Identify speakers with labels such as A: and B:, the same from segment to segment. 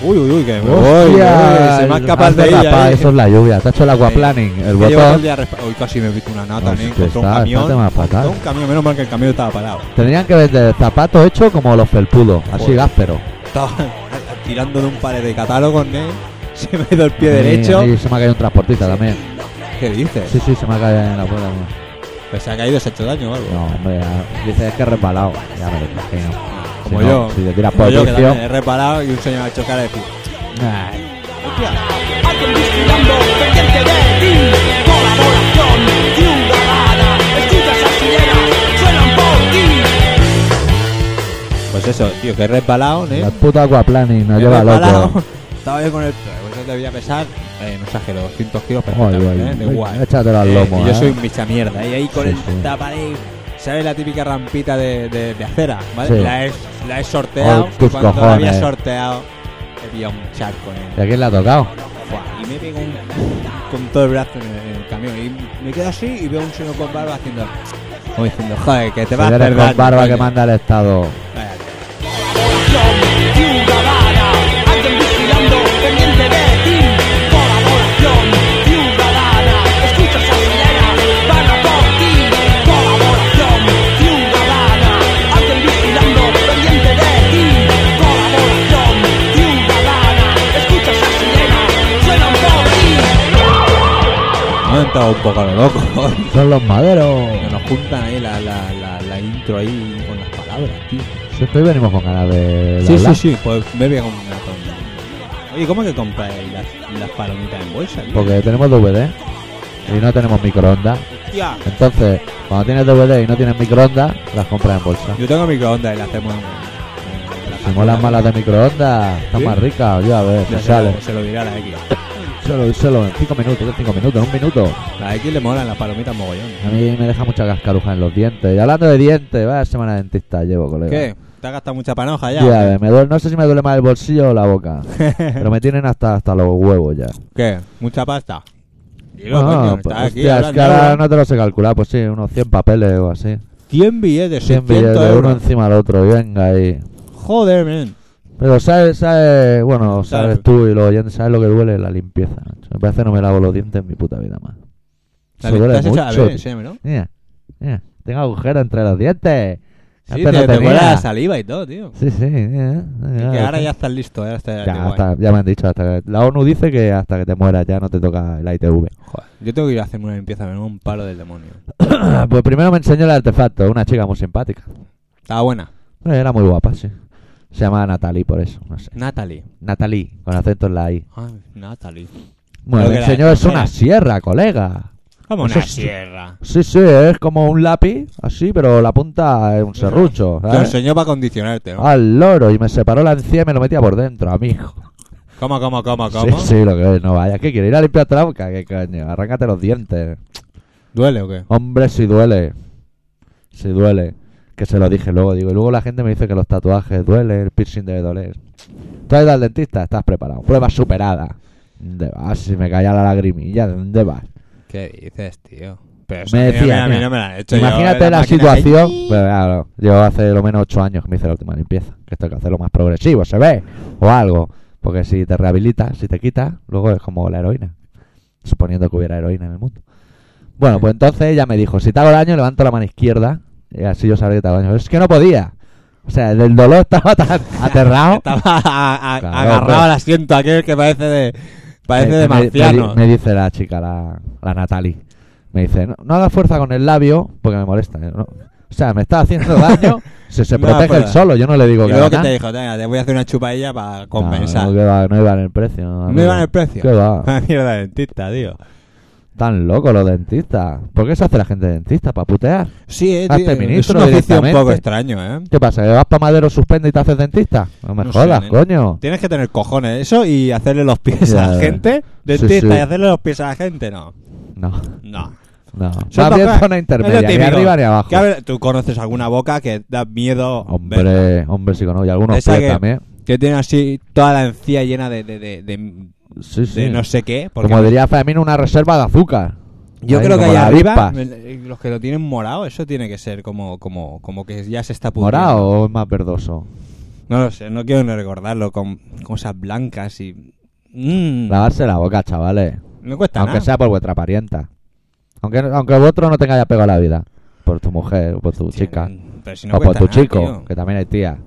A: que me
B: Voy,
A: voy,
B: voy,
A: se me ha escapado
B: hazme
A: de
B: la
A: ella,
B: paz,
A: eh.
B: Eso es la lluvia. Te ha hecho el aquaplaning.
A: Que
B: El
A: llevo todo el
B: botón.
A: día respa- Hoy casi me he visto una nata,
B: Hostia,
A: ¿eh? Contra un
B: está-
A: camión.
B: está tema fatal.
A: Contra un camión, menos mal que el camión estaba parado.
B: Tendrían que vender zapatos hechos como los felpudos. Así
A: Joder.
B: áspero.
A: Estaba tirando de un pared de catálogos, ¿eh? Se me ha ido el pie derecho.
B: Y se me ha caído un transportista también.
A: ¿Qué dices?
B: Sí, sí, se me ha caído en la puerta.
A: Pues se ha caído, se ha hecho daño o algo.
B: No, hombre, ya- dice es que he resbalado. Ya me lo imagino.
A: Como
B: Si no,
A: yo.
B: si te tiras
A: Como
B: por el
A: yo, que
B: vicio.
A: también he reparado y un señor al chocar ha decir,
B: nah,
A: ¿Eh?
C: Alguien vigilando, pendiente de ti Colaboración ciudadana Escucha esas sirenas, suenan por ti
A: Pues eso, tío, que he resbalado, ¿eh?
B: El puto aquaplaning nos
A: Me he
B: lleva
A: resbalado.
B: loco.
A: Estaba yo con el. Pues yo debía pesar, eh, no exagero, 200 kilos
B: Ay,
A: perfectamente, ¿eh? De
B: ay,
A: guay.
B: ay, Échatelo al
A: Eh,
B: lomo.
A: y yo
B: eh.
A: soy un bicha mierda. Y ahí con
B: Sí,
A: el
B: sí.
A: taparé, ¿sabes la típica rampita de, de- de acera? ¿vale?
B: Sí.
A: La, he, la he sorteado.
B: Ay, tus
A: cuando la
B: cojones.
A: había sorteado, he pillado un charco en
B: ¿Y
A: él.
B: a quién le ha tocado?
A: Fua, Y me pego un, con todo el brazo en el, en el camión. Y me quedo así y veo a un señor con barba haciendo. Como diciendo, joder, que te vas a
B: Señores
A: hacer
B: con
A: daño,
B: barba que
A: coño".
B: manda el Estado.
A: Vaya,
C: Colaboración ciudadana Alguien vigilando, pendiente de ti Colaboración ciudadana Escucha esas sirenas, van a por ti Colaboración ciudadana Alguien vigilando, pendiente de ti Colaboración ciudadana Escucha esas sirenas, suenan por ti
A: Me han entrado un poco a lo loco. joder.
B: Son los maderos.
A: Que nos juntan ahí la, la, la, la intro ahí con las palabras, tío.
B: Siempre venimos con ganas de. de
A: Sí, sí,
B: hablar.
A: sí, pues me voy a comprar una tonda. Oye, ¿cómo que compráis las, las palomitas en bolsa? tío?
B: Porque tenemos DVD y no tenemos microondas.
A: Hostia,
B: Entonces, cuando tienes DVD y no tienes microondas, las compras en bolsa.
A: yo tengo microondas y las hacemos en. en la
B: Si
A: cazuela.
B: molas malas de microondas, están
A: ¿Sí?
B: más ricas. Yo a ver,
A: Ya se
B: te sale.
A: lo- Se lo dirá a la X.
B: Solo, solo en 5 minutos, en 5 minutos, en un minuto.
A: La X le molan las palomitas mogollón.
B: A mí me deja mucha cascaruja en los dientes. Y hablando de dientes, vaya semana de dentista llevo, colega.
A: ¿Qué? ¿Te has gastado mucha panoja ya?
B: Ya, eh. a ver, me duele- no sé si me duele más el bolsillo o la boca. pero me tienen hasta, hasta los huevos ya.
A: ¿Qué? ¿Mucha pasta? Dilo,
B: No,
A: coño,
B: pues,
A: estás aquí
B: hostia, es
A: hablando
B: que ahora
A: ahora.
B: no te lo sé calcular, pues sí, unos 100 papeles o así.
A: 100 billetes, 100
B: 100 billetes, uno
A: euros.
B: encima del otro, y venga ahí.
A: Joder, men.
B: Pero sabes, sabes, bueno,
A: Sabes.
B: sabes tú y los oyentes, sabes lo que duele la limpieza. macho. Me parece que no me lavo los dientes en mi puta vida más.
A: La
B: Eso
A: que
B: duele
A: te has hecho, a
B: mucho,
A: ver,
B: tío.
A: enséñamelo.
B: Mira, mira, tengo agujero entre los dientes.
A: Sí,
B: Antes
A: te,
B: no
A: te
B: tenía.
A: vuela la saliva y todo, tío.
B: Sí, sí, mira,
A: Y
B: mira,
A: que ahora
B: sí.
A: ya estás listo, ya estás
B: Ah, Ya,
A: guay.
B: hasta- ya me han dicho, hasta que, la ONU dice que hasta que te mueras ya no te toca la ITV.
A: Joder, yo tengo que ir a hacerme una limpieza, me vengo un palo del demonio.
B: pues primero me enseñó el artefacto, una chica muy simpática.
A: Estaba buena.
B: Eh, Era muy guapa, sí. Se llamaba Natalie, por eso, no sé.
A: Natalie.
B: Natalie, con acento en la I.
A: Ay, Natalie. Creo
B: Bueno, me
A: que la
B: enseñó es
A: extranjera.
B: una sierra, colega.
A: Como
B: Eso
A: una
B: es-
A: sierra.
B: Sí, sí, es como un lápiz, así, pero la punta es un serrucho.
A: Te lo
B: ¿sabes?
A: enseñó para condicionarte, ¿no?
B: Al loro, y me separó la encía y me lo metía por dentro, amigo.
A: ¿Cómo, cómo, cómo, cómo?
B: Sí, sí, lo que es, no vayas. ¿Qué quieres? ¿Ir a limpiarte la boca? ¿Qué coño? Arráncate los dientes.
A: ¿Duele o qué?
B: Hombre, si duele. Si duele. Que se lo dije luego, digo. Y luego la gente me dice que los tatuajes duelen, el piercing debe doler. ¿Tú has ido al dentista? Estás preparado. Prueba superada. ¿Dónde vas? Si me caía la lagrimilla, ¿de dónde vas?
A: ¿Qué dices, tío? Pero
B: Me
A: a mí-
B: decía,
A: a mí
B: mira,
A: no me la han hecho. yo,
B: Imagínate la,
A: máquina que-
B: situación. Pero claro, yo hace lo menos ocho años que me hice la última limpieza. Que esto hay que hacerlo más progresivo, se ve. O algo. Porque si te rehabilitas, si te quitas, luego es como la heroína. Suponiendo que hubiera heroína en el mundo. Bueno, pues entonces ella me dijo: si te hago daño, levanto la mano izquierda. Y así yo sabré que te hago daño. Es que no podía. O sea, del dolor estaba tan aterrado.
A: Estaba a- a-
B: Claro,
A: agarrado
B: pero-
A: al asiento aquel que parece de... Parece
B: Eh,
A: de
B: me- me di-
A: marciano.
B: Me, dice la chica, la, la Natalie. Me dice, no, no hagas fuerza con el labio porque me molesta. Yo, "No". O sea, me está haciendo daño. se se
A: No hagas
B: protege el
A: fuerza.
B: solo. Yo no le digo
A: y
B: que
A: luego
B: haga
A: que te
B: nada.
A: dijo, "Venga, te voy a hacer una chupadilla para
B: No,
A: compensar.
B: No,
A: No,
B: que va, no iba en el precio. No, amigo.
A: iba en el precio. Ah.
B: ¿Qué va?
A: Una mierda de dentista, tío.
B: Tan locos los dentistas. ¿Por qué se hace la gente dentista? ¿Para putear?
A: Sí, eh,
B: Hazte
A: tío, es
B: ministro
A: un oficio un
B: directamente.
A: poco extraño, ¿eh?
B: ¿Qué pasa? ¿Que vas para Madero, suspende y te haces dentista? No me
A: No sé,
B: jodas,
A: nen.
B: coño.
A: Tienes que tener cojones, eso y hacerle los pies
B: Ya,
A: a la
B: ya.
A: gente. Dentista
B: sí.
A: y hacerle los pies a la gente, no.
B: No,
A: No.
B: no.
A: Son
B: Más bien
A: dos-
B: zona
A: es lo
B: intermedia, ni
A: típico.
B: arriba ni abajo.
A: Que a ver, tú conoces alguna boca que da miedo. ver,
B: Hombre, hombre, sí, no. Y algunos
A: Esa
B: pies
A: que-
B: también.
A: Que tiene así toda la encía llena de, de, de, de-
B: Sí,
A: de
B: sí.
A: no sé qué. Porque
B: Como diría Femino, una reserva de azúcar.
A: yo
B: Ahí,
A: creo que
B: como
A: ahí
B: las
A: arriba,
B: avispas.
A: el- los que lo tienen morado, eso tiene que ser como, como, como que ya se está pudriendo.
B: ¿Morado o es más verdoso?
A: No lo sé, no quiero ni recordarlo con cosas blancas y. Mm,
B: Lavarse la boca, chavales.
A: no cuesta
B: Aunque
A: nada.
B: sea por vuestra parienta. Aunque, aunque vosotros no tengáis apego a la vida. Por tu mujer, o por tu pues chica.
A: mm, Pero si no
B: o por
A: cuesta
B: tu
A: nada,
B: chico,
A: tío.
B: que también hay tía.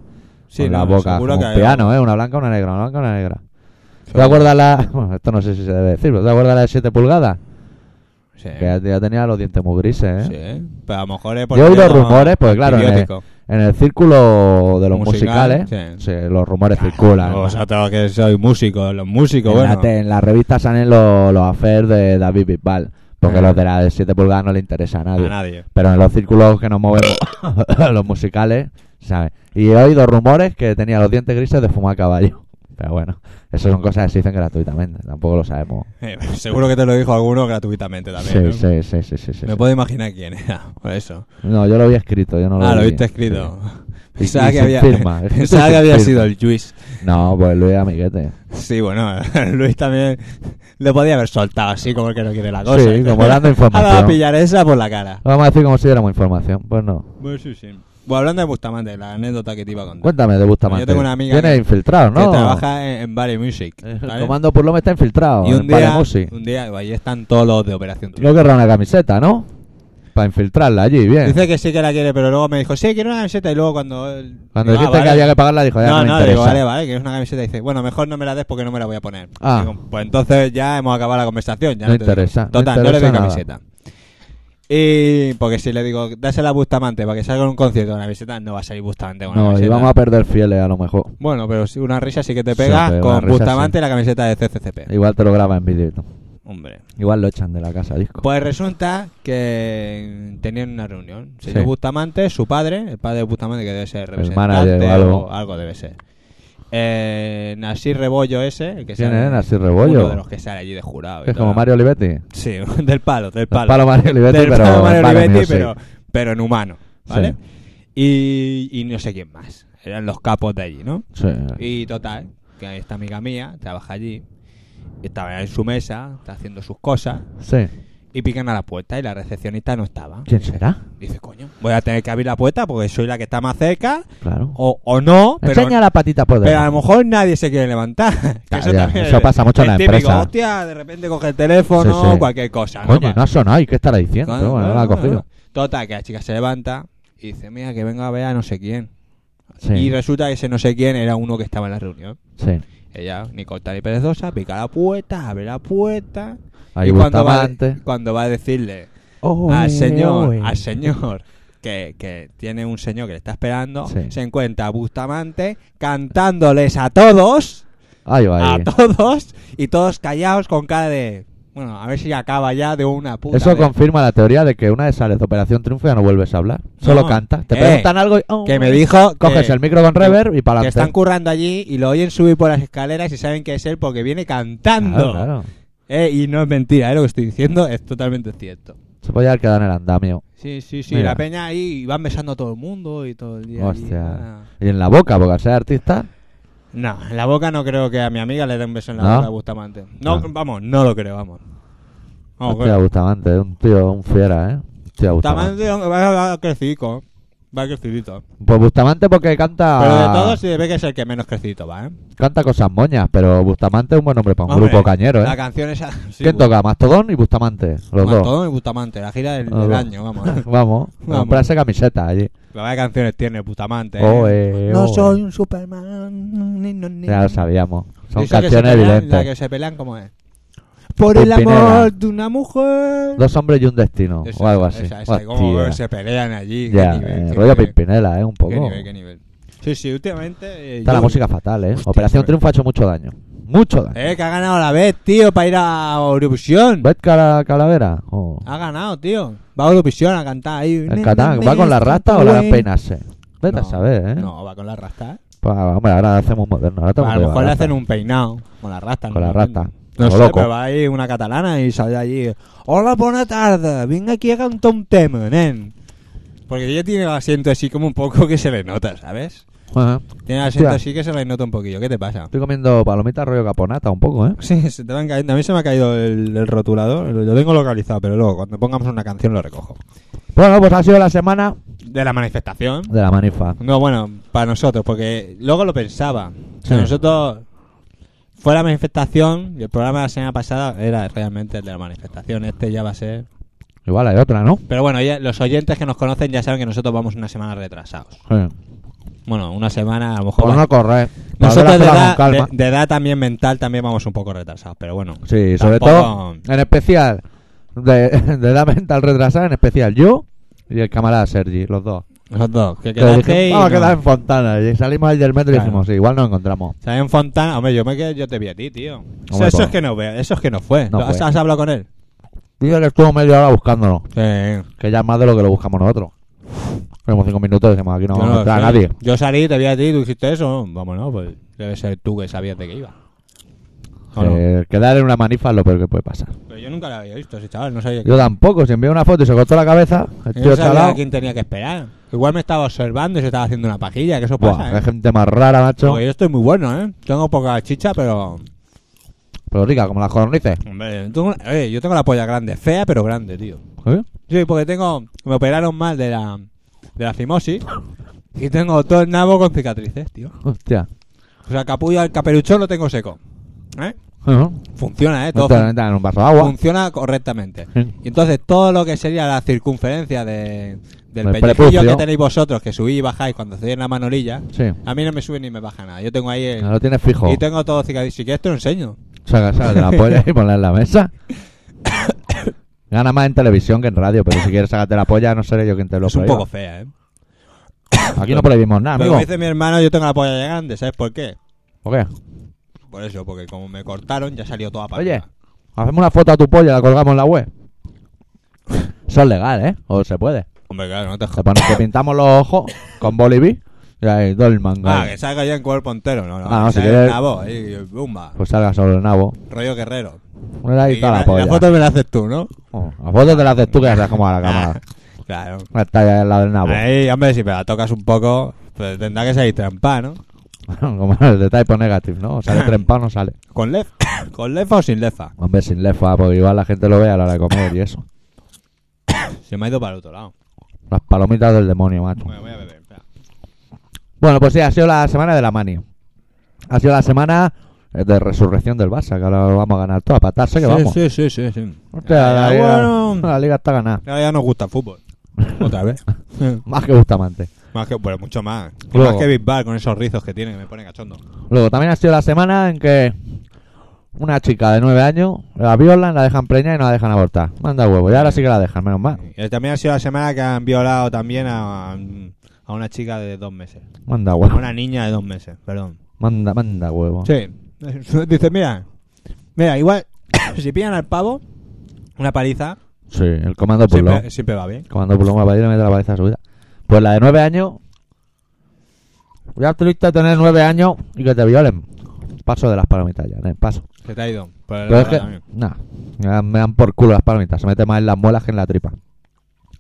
A: Sí,
B: con
A: no,
B: la boca,
A: seguro
B: como un
A: que hay
B: piano, ¿eh? Una blanca, una negra, una blanca, una negra.
A: algo.
B: ¿Te acuerdas la...? Bueno, esto no sé si se debe decir, pero ¿te acuerdas la de 7 pulgadas?
A: Sí.
B: Que ya- ya tenía los dientes muy grises,
A: Sí,
B: ¿eh?
A: ¿eh? Pero a lo mejor es
B: Yo he oído
A: tema
B: rumores, pues claro, en el,
A: antibiótico.
B: en el círculo de los
A: Musical,
B: musicales, sí, los rumores circulan.
A: No, Vosotros que sois músicos, los músicos,
B: en,
A: bueno.
B: la te- en la revista salen los, los affairs de David Bisbal, porque
A: Ah.
B: los de la de 7 pulgadas no le interesa a
A: A
B: nadie.
A: nadie.
B: Pero en los círculos que nos movemos, los musicales, ¿sabes? Y he oído rumores que tenía los dientes grises de fumar caballo. Pero bueno, eso son cosas que se dicen gratuitamente, tampoco lo sabemos.
A: Eh, seguro que te lo dijo alguno gratuitamente también.
B: Sí,
A: ¿no?
B: sí, sí, sí, sí, sí,
A: Me
B: sí.
A: puedo imaginar quién era, por eso.
B: No, yo lo había escrito, yo no lo
A: ah, lo
B: vi.
A: viste escrito.
B: Y-
A: Pensaba
B: y
A: que
B: sin
A: había,
B: firma. ¿eh?
A: pensaba que había
B: Sin
A: sido
B: firma.
A: el Luis.
B: Sí. No, pues Luis Amiguete.
A: Sí, bueno, Luis también lo podía haber soltado así como el que no quiere la cosa. ¿eh?
B: Sí, como dando información.
A: Ahora va a pillar esa por la cara.
B: Vamos a decir como si diéramos información. Pues no.
A: Bueno, sí, sí. Bueno, hablando de Bustamante, la anécdota que te iba a contar.
B: Cuéntame de Bustamante.
A: Yo tengo una amiga
B: Viene
A: que-
B: infiltrado, ¿no?
A: Que trabaja en, en Valley Music. ¿vale?
B: Comando por Loma está infiltrado.
A: Y
B: en
A: un día,
B: Palemusi.
A: un día, ahí están todos los de Operación Triunfo.
B: No querrá una camiseta, ¿no? Para infiltrarla allí, bien.
A: Dice que sí que la quiere, pero luego me dijo, sí, quiero una camiseta. Y luego cuando. él-
B: Cuando
A: digo, "Ah,
B: dijiste que
A: vale".
B: había que pagarla, dijo, ya
A: No,
B: no, me
A: no,
B: interesa.
A: digo, vale, vale, que es una camiseta. Y dice, bueno, mejor no me la des porque no me la voy a poner.
B: Ah.
A: Digo, pues entonces ya hemos acabado la conversación. Ya
B: No
A: no te digo".
B: interesa, no
A: Total, no le
B: interesa
A: doy
B: nada.
A: camiseta. Y porque si le digo, dásela a Bustamante para que salga en un concierto con una camiseta, no va a salir Bustamante con una
B: No, y
A: camiseta.
B: vamos a perder fieles a lo mejor.
A: Bueno, pero si una risa sí que te
B: Sí,
A: pega
B: pero una
A: con
B: risa
A: Bustamante y la camiseta de CCCP.
B: Igual te lo graba en vídeo. y todo.
A: Hombre.
B: Igual lo echan de la casa disco.
A: Pues resulta que tenían una reunión. Señor
B: Sí.
A: Bustamante, su padre, el padre de Bustamante que debe ser representante
B: manager o algo.
A: debe ser. Eh, Nasir Rebollo ese, el que
B: ¿Quién
A: sale-
B: es Nasir Rebollo?
A: Uno de los que sale allí de jurado. y
B: es
A: todo.
B: como Mario Olivetti.
A: Sí, del palo, del palo.
B: Palo, Mario Olivetti,
A: del
B: pero.
A: palo Mario
B: en Vale
A: Olivetti,
B: Music.
A: pero, pero en humano, ¿vale?
B: Sí.
A: Y, y no sé quién más. Eran los capos de allí, ¿no?
B: Sí.
A: Y total, que esta amiga mía trabaja allí, estaba en su mesa, está haciendo sus cosas.
B: Sí.
A: Y pican a la puerta y la recepcionista no estaba.
B: ¿Quién será?
A: Dice, coño, voy a tener que abrir la puerta porque soy la que está más cerca
B: Claro.
A: o, o no, Oh, pero,
B: Enseña la patita por
A: pero a
B: debajo.
A: lo mejor nadie se quiere levantar. Que
B: Ya, ya,
A: también
B: eso
A: es-
B: pasa mucho en
A: es
B: la
A: típico,
B: empresa.
A: Hostia, de repente coge el teléfono,
B: Sí, sí.
A: cualquier cosa.
B: Coño, no ha sonado. ¿Y qué estará diciendo?
A: Claro,
B: Bueno, no la ha
A: claro,
B: cogido.
A: claro. Total, que la chica se levanta y dice, mira, que venga a ver a no sé quién. Y
B: Sí.
A: resulta que ese no sé quién era uno que estaba en la reunión.
B: sí.
A: Ella, ni corta ni perezosa, pica la puerta, abre la puerta.
B: Ahí
A: y cuando va,
B: Bustamante.
A: cuando va a decirle,
B: Oh,
A: al señor,
B: oh,
A: al señor que, que tiene un señor que le está esperando,
B: Sí.
A: se encuentra a Bustamante cantándoles a todos,
B: Ahí va.
A: a
B: Ahí.
A: todos, y todos callados con cara de, bueno, a ver si acaba ya de una puta.
B: Eso
A: vez".
B: confirma la teoría de que una vez sales de Operación Triunfo ya no vuelves a hablar. Solo
A: No.
B: cantas. Te
A: Eh,
B: preguntan algo y. oh,
A: que me dijo que-
B: Coges el micro con reverb y para
A: que están
B: adelante.
A: currando allí y lo oyen subir por las escaleras y saben que es él porque viene cantando.
B: Claro, claro.
A: Eh, y no es mentira, eh, lo que estoy diciendo es totalmente cierto.
B: Se podía quedar en el andamio.
A: Sí, sí, sí,
B: Mira.
A: la peña ahí y van besando a todo el mundo y todo el día. allí,
B: Hostia.
A: nada.
B: Y en la boca, porque al ser artista.
A: No, en la boca no creo que a mi amiga le dé un beso en la
B: ¿No?
A: boca a Bustamante. No,
B: No.
A: vamos, no lo creo, vamos. Vamos, pues,
B: Hostia, Bustamante, un tío, un fiera, ¿eh? Hostia, Bustamante.
A: Bustamante va a crecidito. Va crecidito.
B: Pues Bustamante porque canta.
A: Pero de todos se ve que es el que menos crecidito va, ¿eh?
B: Canta cosas moñas, pero Bustamante es un buen hombre para un
A: Hombre,
B: grupo cañero,
A: La
B: ¿eh?
A: canción esa. Sí,
B: ¿Quién toca? Mastodón y Bustamante, los dos.
A: Mastodón y Bustamante, la gira del,
B: Los
A: del
B: dos.
A: año, vamos.
B: Ah,
A: ¿eh?
B: Vamos,
A: Vamos.
B: comprarse camiseta allí.
A: la verdad canciones tiene Bustamante. ¿eh?
B: Oh, eh,
A: no
B: oh,
A: soy
B: eh.
A: un Superman. ni, no, ni.
B: Ya lo sabíamos. Son
A: Esa que se
B: canciones
A: pelean,
B: evidentes.
A: La que se pelean, ¿cómo es? Por el
B: Pimpinela.
A: amor de una mujer.
B: Dos hombres y un destino,
A: Esa,
B: o algo así.
A: esa, esa, como
B: Hostia.
A: se pelean allí.
B: Ya,
A: qué nivel,
B: eh,
A: qué
B: rollo
A: nivel,
B: Pimpinela, ¿eh? Un
A: qué
B: poco.
A: nivel, qué nivel. Sí, sí, últimamente. eh,
B: Está la
A: yo-
B: música fatal, ¿eh?
A: Hostia,
B: Operación
A: se-
B: Triunfo ha hecho mucho daño. Mucho daño.
A: Eh, que ha ganado la vez, tío, para ir a Eurovisión.
B: ¿Ves Cala- Calavera? Oh.
A: Ha ganado, tío. Va a Eurovisión a cantar ahí.
B: El Catán, ¿va con la rasta o la harán peinarse? Vete
A: pues.
B: a
A: No,
B: saber, ¿eh?
A: No, va con la rasta. ¿eh?
B: Pues, hombre, ahora hacemos moderno. Ahora todo el
A: a lo
B: mundo
A: mejor
B: lleva
A: le hacen
B: rasta.
A: un peinado con la rasta.
B: Con
A: no
B: la
A: me acuerdo.
B: rasta.
A: No
B: Como
A: sé,
B: loco.
A: pero va ahí una catalana y sale allí. Hola, buena tarde. Venga aquí a cantar un tema, nen. Porque ella tiene el asiento así como un poco que se le nota, ¿sabes?
B: Ajá.
A: Tiene el asiento
B: Hostia.
A: así que se reinota un poquillo. ¿Qué te pasa?
B: Estoy comiendo palomitas rollo caponata un poco, ¿eh?
A: Sí, se te van cayendo. A mí se me ha caído el, el rotulador. Lo tengo localizado, pero luego cuando pongamos una canción lo recojo.
B: Bueno, pues ha sido la semana
A: De la manifestación.
B: de la manifa.
A: No, bueno, para nosotros, porque luego lo pensaba. O sea,
B: Sí.
A: nosotros fue la manifestación y el programa de la semana pasada era realmente el de la manifestación. Este ya va a ser.
B: Igual hay otra, ¿no?
A: Pero bueno, ya, los oyentes que nos conocen ya saben que nosotros vamos una semana retrasados.
B: Sí.
A: Bueno, una semana a lo mejor.
B: Por no Pues correr. para
A: nosotros de
B: hacerla con
A: edad,
B: calma.
A: de- de edad también mental también vamos un poco retrasados, pero bueno.
B: Sí, sobre
A: tampoco-
B: todo, en especial, de, de edad mental retrasada, en especial yo y el camarada Sergi, los dos.
A: Nosotros, que
B: Que dijimos,
A: quedaste y
B: vamos a
A: no.
B: quedar en Fontana. Y salimos ahí del metro y
A: Claro.
B: dijimos, sí, igual nos encontramos.
A: O sea, en Fontana, hombre, yo me quedé, yo te vi a ti, tío. O sea,
B: Hombre,
A: eso
B: pues.
A: es que no veo, eso es que no fue.
B: No
A: ¿Lo- has,
B: fue.
A: has hablado con él?
B: Dice que estuvo media hora buscándonos,
A: Sí.
B: que ya es más de lo que lo buscamos nosotros. Tenemos cinco minutos y dijimos, aquí no
A: Yo
B: vamos a
A: lo
B: entrar
A: sé.
B: a nadie.
A: Yo salí, te vi a ti, tú hiciste eso. Vámonos, pues debe ser tú que sabías de qué iba. ¿O no?
B: Eh, Quedar en una manifa es lo peor que puede pasar.
A: Pero yo nunca lo había visto, ese chaval, no sabía.
B: Yo tampoco, si envié una foto y se cortó la cabeza, el
A: Yo
B: tío
A: no sabía
B: chalao.
A: a quién tenía que esperar. Igual me estaba observando y se estaba haciendo una pajilla, que eso
B: Buah,
A: pasa,
B: qué
A: ¿eh? Pues
B: gente más rara, macho.
A: Porque yo estoy muy bueno, ¿eh? Tengo poca chicha, pero...
B: Pero rica, como las cornices.
A: Hombre, tengo- oye, yo tengo la polla grande, fea pero grande, tío.
B: ¿Eh?
A: Sí, porque tengo... Me operaron mal de la... De la fimosis. Y tengo todo el nabo con cicatrices, tío.
B: Hostia.
A: O sea, capullo, el caperuchón lo tengo seco. ¿Eh?
B: Ajá.
A: Funciona, ¿eh? Todo
B: No te no te dan un vaso de agua.
A: funciona correctamente.
B: Sí.
A: Y entonces todo lo que sería la circunferencia de, del
B: Del
A: pellejillo
B: prepucio.
A: que tenéis vosotros, que subís y bajáis cuando estoy en la manolilla,
B: Sí.
A: a mí no me sube ni me baja nada. Yo tengo ahí el-
B: No Ah, lo tienes fijo.
A: y tengo todo cicatriz. Si quieres te lo enseño.
B: Saca, saca, te la polla y ponla en la mesa. Gana más en televisión que en radio, pero si quieres sacarte la polla, no seré yo quien te lo
A: es un
B: prohíba.
A: poco fea, ¿eh?
B: Aquí no prohibimos nada,
A: Pero
B: amigo.
A: como dice mi hermano, yo tengo la polla ya grande, ¿sabes por qué?
B: ¿O qué?
A: Por eso, porque como me cortaron ya salió toda para
B: Oye.
A: arriba.
B: Hacemos una foto a tu polla y la colgamos en la web. Eso es legal, ¿eh? O se puede.
A: Hombre, claro, no te
B: Te,
A: jodas.
B: pones- te pintamos los ojos con Boliví y ahí todo el mango.
A: Ah, que salga ya en cuerpo entero, no, no.
B: Ah, no,
A: que
B: si
A: salga
B: quieres-
A: una voz, ahí, bumba,
B: Pues salga sobre el nabo.
A: rollo guerrero.
B: Ponle ahí
A: Y
B: toda la,
A: la,
B: polla.
A: la foto me la haces tú, ¿no?
B: Oh, la foto te la haces tú que ya sabes cómo va la cámara.
A: Ah. Claro.
B: Está ahí al lado del nabo.
A: Ahí, hombre, si me la tocas un poco, pues tendrá que salir trampa, ¿no?
B: Como el de Typo Negative, ¿no? Sale trempado, no sale.
A: ¿Con, lef ¿Con lefa o sin lefa?
B: Hombre, sin lefa, porque igual la gente lo ve a la hora de comer y eso.
A: Se me ha ido para el otro lado.
B: Las palomitas del demonio, macho.
A: Bueno, voy a beber, espera.
B: Bueno, pues sí, ha sido la semana de la Mani. Ha sido la semana eh, de resurrección del Barça, que ahora lo vamos a ganar todo a patarse que vamos.
A: Sí, sí, sí, sí.
B: Hostia, la,
A: Ah,
B: liga,
A: bueno.
B: la liga está ganada.
A: Ahora ya nos gusta el fútbol. Otra vez.
B: Más que Bustamante.
A: más que, bueno, mucho más.
B: Luego.
A: Más que Big Bar con esos rizos que tiene que me pone cachondo.
B: Luego, también ha sido la semana en que una chica de 9 años la violan, la dejan preñada y no la dejan abortar. Manda huevo, y ahora sí que la dejan, menos mal.
A: Y también ha sido la semana que han violado también a, a una chica de dos meses.
B: Manda
A: A
B: huevo.
A: una niña de dos meses, perdón.
B: Manda, manda huevo.
A: Sí. Dice, mira, mira, igual, si pillan al pavo, una paliza,
B: Sí, el comando Pulón.
A: siempre, siempre va bien.
B: Comando Pulón va a ir a meter la cabeza a su vida. Pues la de 9 años. Ya tuviste tener 9 años y que te violen. Paso de las palomitas ya, eh, paso.
A: Se te ha ido. Por el
B: Pero es
A: otro
B: que,
A: también.
B: nah, me dan- me dan por culo las palomitas. Se mete más en las muelas que en la tripa.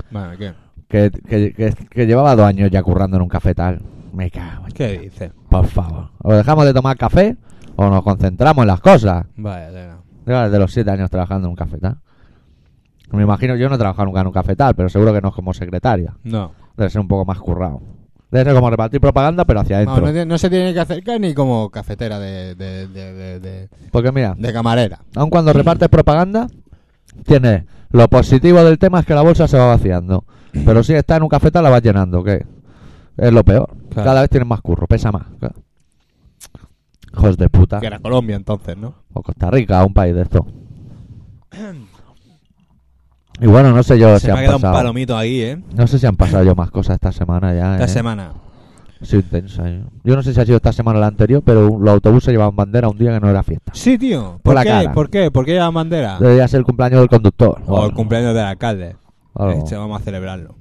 A: Bueno, ¿qué?
B: Que, que- que- que llevaba dos años ya currando en un cafetal. Me cago, en-
A: ¿Qué dices?
B: por favor. O dejamos de tomar café o nos concentramos en las cosas.
A: Vaya, tela.
B: Lleva desde los 7 años trabajando en un cafetal. Me imagino, yo no he trabajado nunca en un cafetal, pero seguro que no es como secretaria.
A: No.
B: Debe ser un poco más currado. Debe ser como repartir propaganda, pero hacia
A: Vamos,
B: adentro.
A: no, tiene- no se tiene que acercar ni como cafetera de, de, de, de, de-
B: Porque mira,
A: de camarera.
B: aun cuando repartes propaganda, tienes lo positivo del tema es que la bolsa se va vaciando. Pero si está en un cafetal, la vas llenando, que es lo peor.
A: Claro.
B: Cada vez tienes más curro, pesa más. claro. Hijos de puta.
A: Que era Colombia entonces, ¿no?
B: O Costa Rica, un país de esto. Y bueno, no sé yo
A: se
B: si
A: me ha
B: han
A: quedado
B: pasado.
A: un palomito ahí, ¿eh?
B: No sé si han pasado yo más cosas esta semana ya.
A: Esta
B: ¿eh?
A: semana.
B: Ha sido intensa. ¿eh? Yo no sé si ha sido esta semana o la anterior, pero los autobuses llevaban bandera un día que no era fiesta.
A: Sí, tío.
B: Por
A: ¿Por,
B: la
A: qué?
B: cara.
A: ¿Por qué? ¿Por qué llevan bandera?
B: Debería ser el cumpleaños del conductor.
A: Ah. O el cumpleaños del alcalde.
B: algo.
A: Este, vamos a celebrarlo.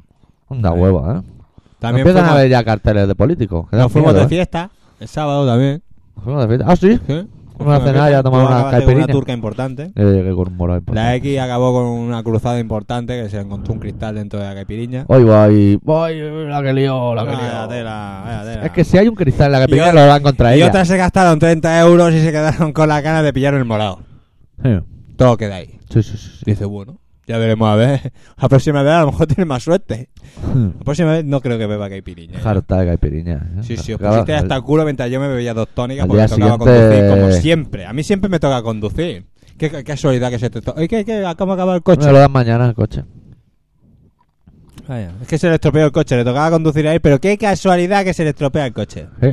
B: Una hueva, ¿eh?
A: También
B: Empiezan
A: fuimos,
B: a ver ya carteles de políticos. que dan
A: nos fuimos
B: miedo,
A: de
B: ¿eh?
A: fiesta. El sábado también.
B: Nos fuimos de fiesta. Ah, sí.
A: ¿sí?
B: No hace nada, ya tomar
A: Tú
B: una
A: acabaste con
B: caipirinha.
A: Una turca importante.
B: Yo llegué con un morado importante.
A: La X acabó con una cruzada importante que se encontró un cristal dentro de la caipiriña.
B: Hoy voy, voy, la que lío, la que lío.
A: Vaya tela, vaya tela.
B: Es que si hay un cristal en la que
A: Y
B: pica,
A: otra-
B: lo dan contra
A: Y
B: ella.
A: otras se gastaron 30 euros y se quedaron con la cara de pillar el morado. Todo queda ahí.
B: Sí, sí, sí. sí.
A: Dice, bueno, ya veremos a ver. La próxima vez a lo mejor tienes más suerte. La próxima vez no creo que beba caipiriña.
B: Jarta de caipiriña. ¿eh?
A: Sí, sí, os
B: Claro,
A: pusiste
B: al-
A: hasta el culo mientras yo me bebía dos tónicas
B: al
A: porque
B: día
A: tocaba
B: siguiente-
A: conducir, como siempre. A mí siempre me toca conducir. Qué, qué casualidad que se te toca. ¿Qué, qué? ¿Cómo acaba el coche?
B: Me lo dan mañana el coche.
A: Vaya, Es que se le estropeó el coche, le tocaba conducir ahí, pero qué casualidad que se le estropea el coche.
B: Sí,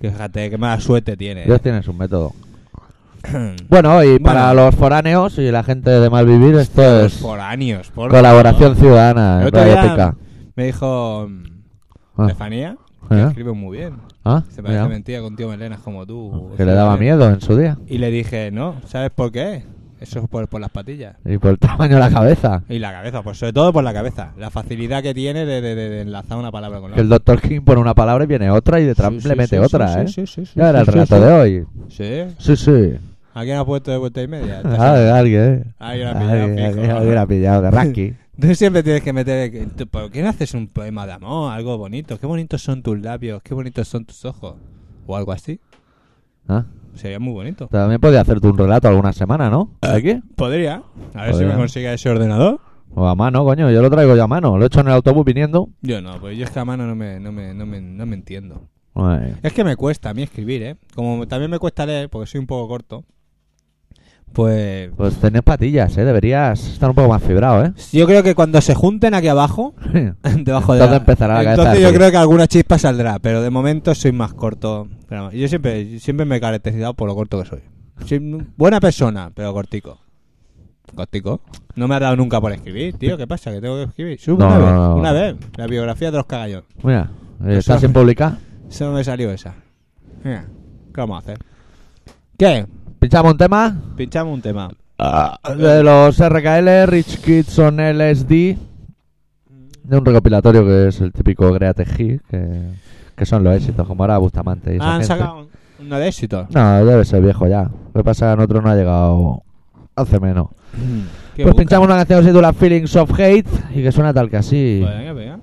A: Que Fíjate, qué mala suerte tiene.
B: Dios tiene su método. Bueno, y para
A: Bueno.
B: los foráneos y la gente de Malvivir, esto es
A: foráneos, por
B: colaboración
A: favor.
B: ciudadana.
A: El
B: en
A: otro
B: Ah, Radio
A: día
B: Pica.
A: Me dijo mm,
B: Ah,
A: Estefanía, que
B: ¿eh?
A: escribe muy bien.
B: Ah,
A: Se parece
B: mira, Ah,
A: mentira con tío Melenas como tú.
B: que le daba miedo en su día.
A: Y le dije, no, ¿sabes por qué? Eso es por, por las patillas.
B: Y por el tamaño de la cabeza.
A: Y la cabeza, pues sobre todo por la cabeza. La facilidad que tiene de, de- de- de enlazar una palabra con la
B: Que el Dr. King pone una palabra y viene otra y detrás
A: Sí, sí,
B: le mete
A: sí,
B: otra,
A: sí,
B: ¿eh?
A: sí, sí, sí,
B: ya era
A: sí,
B: el
A: sí,
B: rato
A: sí.
B: de hoy.
A: Sí.
B: Sí, sí.
A: ¿A quién ha puesto de vuelta y media?
B: Ah, de alguien,
A: Alguien
B: Alguien,
A: ha pillado, fijo.
B: alguien, alguien ha pillado, de Rasky.
A: Tú siempre tienes que meter. que- tú, ¿Por qué no haces un poema de amor? Algo bonito. Qué bonitos son tus labios, qué bonitos son tus ojos. O algo así.
B: Ah,
A: Sería muy bonito.
B: También podía hacerte un relato alguna semana, ¿no? ¿Aquí?
A: Podría. A ver si
B: Podría.
A: me consigue ese ordenador.
B: O a mano, coño, yo lo traigo ya a mano. Lo he hecho en el autobús viniendo.
A: Yo no, pues yo es que a mano no me, no me, no me, no me entiendo.
B: Ay,
A: Es que me cuesta a mí escribir, ¿eh? Como también me cuesta leer, porque soy un poco corto. Pues.
B: Pues tenés patillas, ¿eh? Deberías estar un poco más fibrado, ¿eh?
A: Yo creo que cuando se junten aquí abajo, debajo de
B: Entonces
A: la-
B: empezará la cabeza
A: Entonces
B: de
A: yo
B: Julio.
A: creo que alguna chispa saldrá, pero de momento soy más corto. Pero yo siempre, siempre me he caracterizado por lo corto que soy. Soy un- buena persona, pero cortico. Cortico. No me ha dado nunca por escribir, tío. ¿Qué pasa? Que tengo que escribir. Sube
B: No,
A: una,
B: no,
A: vez,
B: no, no.
A: una vez. La biografía de los cagallón.
B: Mira, eh,
A: Eso-
B: estás sin publicar.
A: Solo me salió esa. Mira, ¿qué vamos a hacer? ¿Qué?
B: Pinchamos un tema ah,
A: Pinchamos un tema.
B: de los RKL, Rich Kids on LSD. De un recopilatorio que es el típico Great Hit, que, que son los éxitos, como ahora Bustamante. Y esa
A: Ah, Han
B: gente.
A: sacado uno de éxito.
B: No, debe ser viejo ya. Lo que pasa es que a nosotros no ha llegado hace menos.
A: ¿Qué
B: Pues
A: busca?
B: pinchamos una canción que se titula Feelings of Hate y que suena tal que así.
A: Pues venga, venga.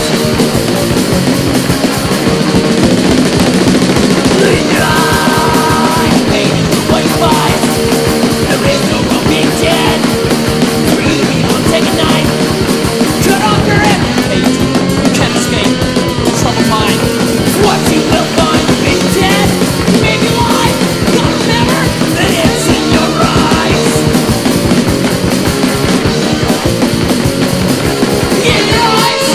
D: It's Take a knife. Cut off your empathy. Can't escape. Trouble mind. What you will find. Be dead. Maybe alive. God remember that it's in your eyes. In your eyes.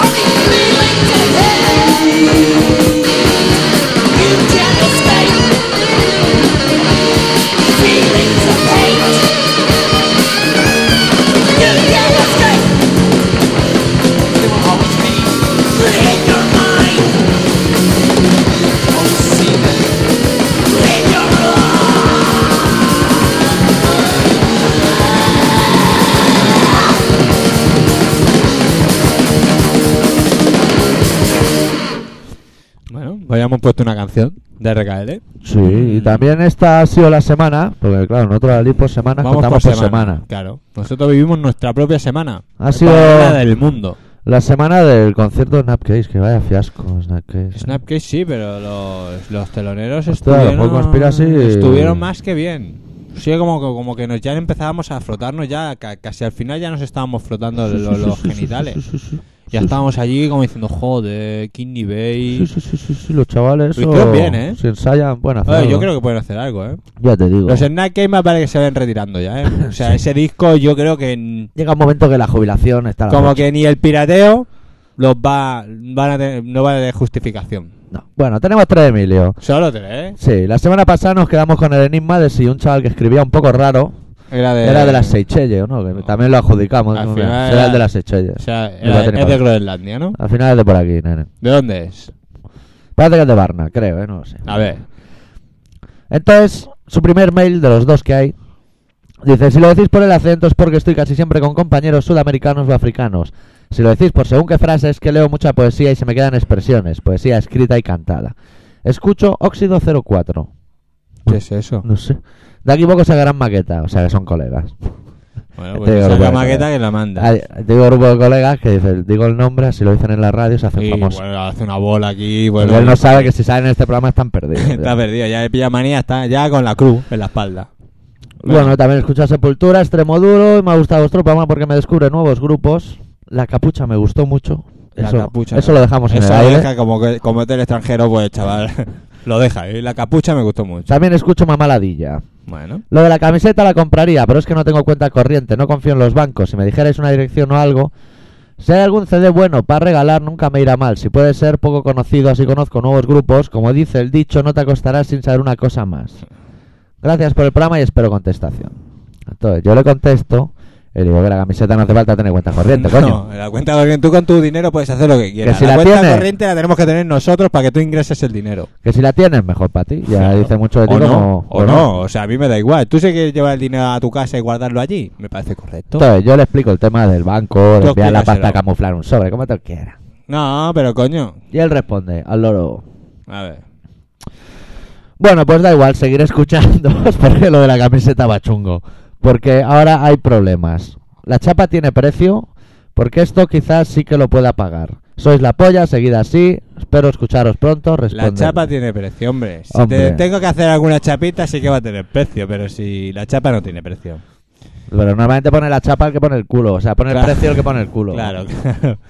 D: Are the feelings of hate? You can't escape. Feelings of hate. You can't escape. They will always be in your mind. Always see them in your eyes.
A: Bueno, pues ya hemos puesto una canción de RKL.
B: Sí,
A: Mm.
B: y también esta ha sido la semana, porque claro, nosotros al ir por semana
A: Vamos
B: contamos
A: por
B: por
A: semana.
B: semana.
A: Claro. Nosotros vivimos nuestra propia semana.
B: Ha
A: La
B: sido-
A: paralela del mundo.
B: La semana del concierto de Snapcase, que vaya fiasco Snapcase.
A: Snapcase sí, pero los, los teloneros
B: Hostia,
A: estuvieron,
B: fue Conspiracy.
A: estuvieron más que bien. Sí, como, que- como que nos ya empezábamos a frotarnos ya, ca- casi al final ya nos estábamos frotando
B: Sí, sí,
A: los,
B: sí,
A: los
B: sí, sí,
A: genitales.
B: sí, sí, sí, sí.
A: Ya estábamos allí como diciendo, joder, King
B: Sí,
A: Nivey.
B: sí, sí, sí, sí, los chavales.
A: Lo hicieron
B: o-
A: bien, ¿eh?
B: Si ensayan, bueno,
A: Oye, yo creo que pueden hacer algo, ¿eh?
B: Ya te digo.
A: Los Snapcase me parece que se ven retirando ya, ¿eh? O sea, ese disco yo creo que... en-
B: Llega un momento que la jubilación está a la
A: Como
B: noche.
A: que ni el pirateo los va, van a tener- no va a tener justificación.
B: No. Bueno, tenemos tres Emilio.
A: Solo ¿eh? tres.
B: Sí, la semana pasada nos quedamos con el enigma de si un chaval que escribía un poco raro
A: Era de,
B: era de las Seychelles, ¿o ¿no? Que
A: No.
B: También lo adjudicamos.
A: Eh. Al
B: ¿no?
A: final
B: Será
A: era-
B: el de las Seychelles.
A: O sea,
B: Yo
A: era-
B: la tenía
A: es de
B: para-
A: Groenlandia, ¿no?
B: Al final es de por aquí, nene.
A: ¿De dónde es?
B: Parece que es de Varna, creo, ¿eh? No lo sé.
A: A ver.
B: Entonces, su primer mail de los dos que hay dice: Si lo decís por el acento es porque estoy casi siempre con compañeros sudamericanos o africanos. Si lo decís por según qué frase es que leo mucha poesía y se me quedan expresiones, poesía escrita y cantada. Escucho Óxido 04.
A: ¿Qué es eso?
B: No sé. De aquí poco sacarán maqueta, o sea que son colegas.
A: Bueno,
B: Te
A: pues
B: digo,
A: saca
B: bueno,
A: maqueta
B: bueno.
A: que la manda.
B: Hay- Tengo un grupo de colegas que dicen, digo el nombre, si lo dicen en la radio se hacen
A: Y
B: famosos.
A: bueno, hace una bola aquí.
B: Porque
A: Bueno,
B: él no sabe que si salen en este programa están perdidos.
A: Está perdido, ya de pilla manía, está ya con la cruz en la espalda.
B: Bueno, también escucha Sepultura, Extremo Duro, y me ha gustado vuestro programa porque me descubre nuevos grupos. La capucha me gustó mucho.
A: La
B: Eso,
A: capucha,
B: eso
A: ¿no?
B: lo dejamos en
A: Eso
B: el
A: lo
B: aire.
A: deja como, que- como es del extranjero, pues chaval, lo deja. Y la capucha me gustó mucho.
B: También escucho Mamaladilla.
A: Bueno,
B: Lo de la camiseta la compraría, pero es que no tengo cuenta corriente, no confío en los bancos. Si me dijerais una dirección o algo, si hay algún CD bueno para regalar, nunca me irá mal. Si puede ser poco conocido, así conozco nuevos grupos. Como dice el dicho, no te acostarás sin saber una cosa más. Gracias por el programa y espero contestación. Entonces, yo le contesto y le digo que la camiseta no hace falta tener cuenta corriente,
A: no,
B: coño.
A: en la cuenta corriente, tú con tu dinero puedes hacer lo que quieras.
B: si la
A: cuenta
B: tienes.
A: corriente la tenemos que tener nosotros para que tú ingreses el dinero.
B: Que si la tienes, mejor para ti. Ya
A: Claro.
B: dice mucho de ti
A: o
B: como-
A: no, o no, o sea, a mí me da igual. Tú sé que llevar el dinero a tu casa y guardarlo allí, me parece correcto.
B: Entonces, yo le explico el tema del banco, de
A: Tú
B: enviar la pasta
A: explícaselo.
B: a camuflar un sobre, como te quieras.
A: No, pero coño,
B: Y él responde al loro.
A: a ver.
B: Bueno, pues da igual, seguiré escuchando porque lo de la camiseta va chungo. Porque ahora hay problemas. La chapa tiene precio, porque esto quizás sí que lo pueda pagar. Sois la polla, seguid así. Espero escucharos pronto.
A: La
B: Responded.
A: chapa tiene precio, hombre. Si
B: Hombre.
A: te tengo que hacer alguna chapita, sí que va a tener precio, pero si la chapa no tiene precio.
B: Pero normalmente pone la chapa el que pone el culo. O sea, pone el
A: Claro.
B: precio el que pone el culo.
A: Claro, claro.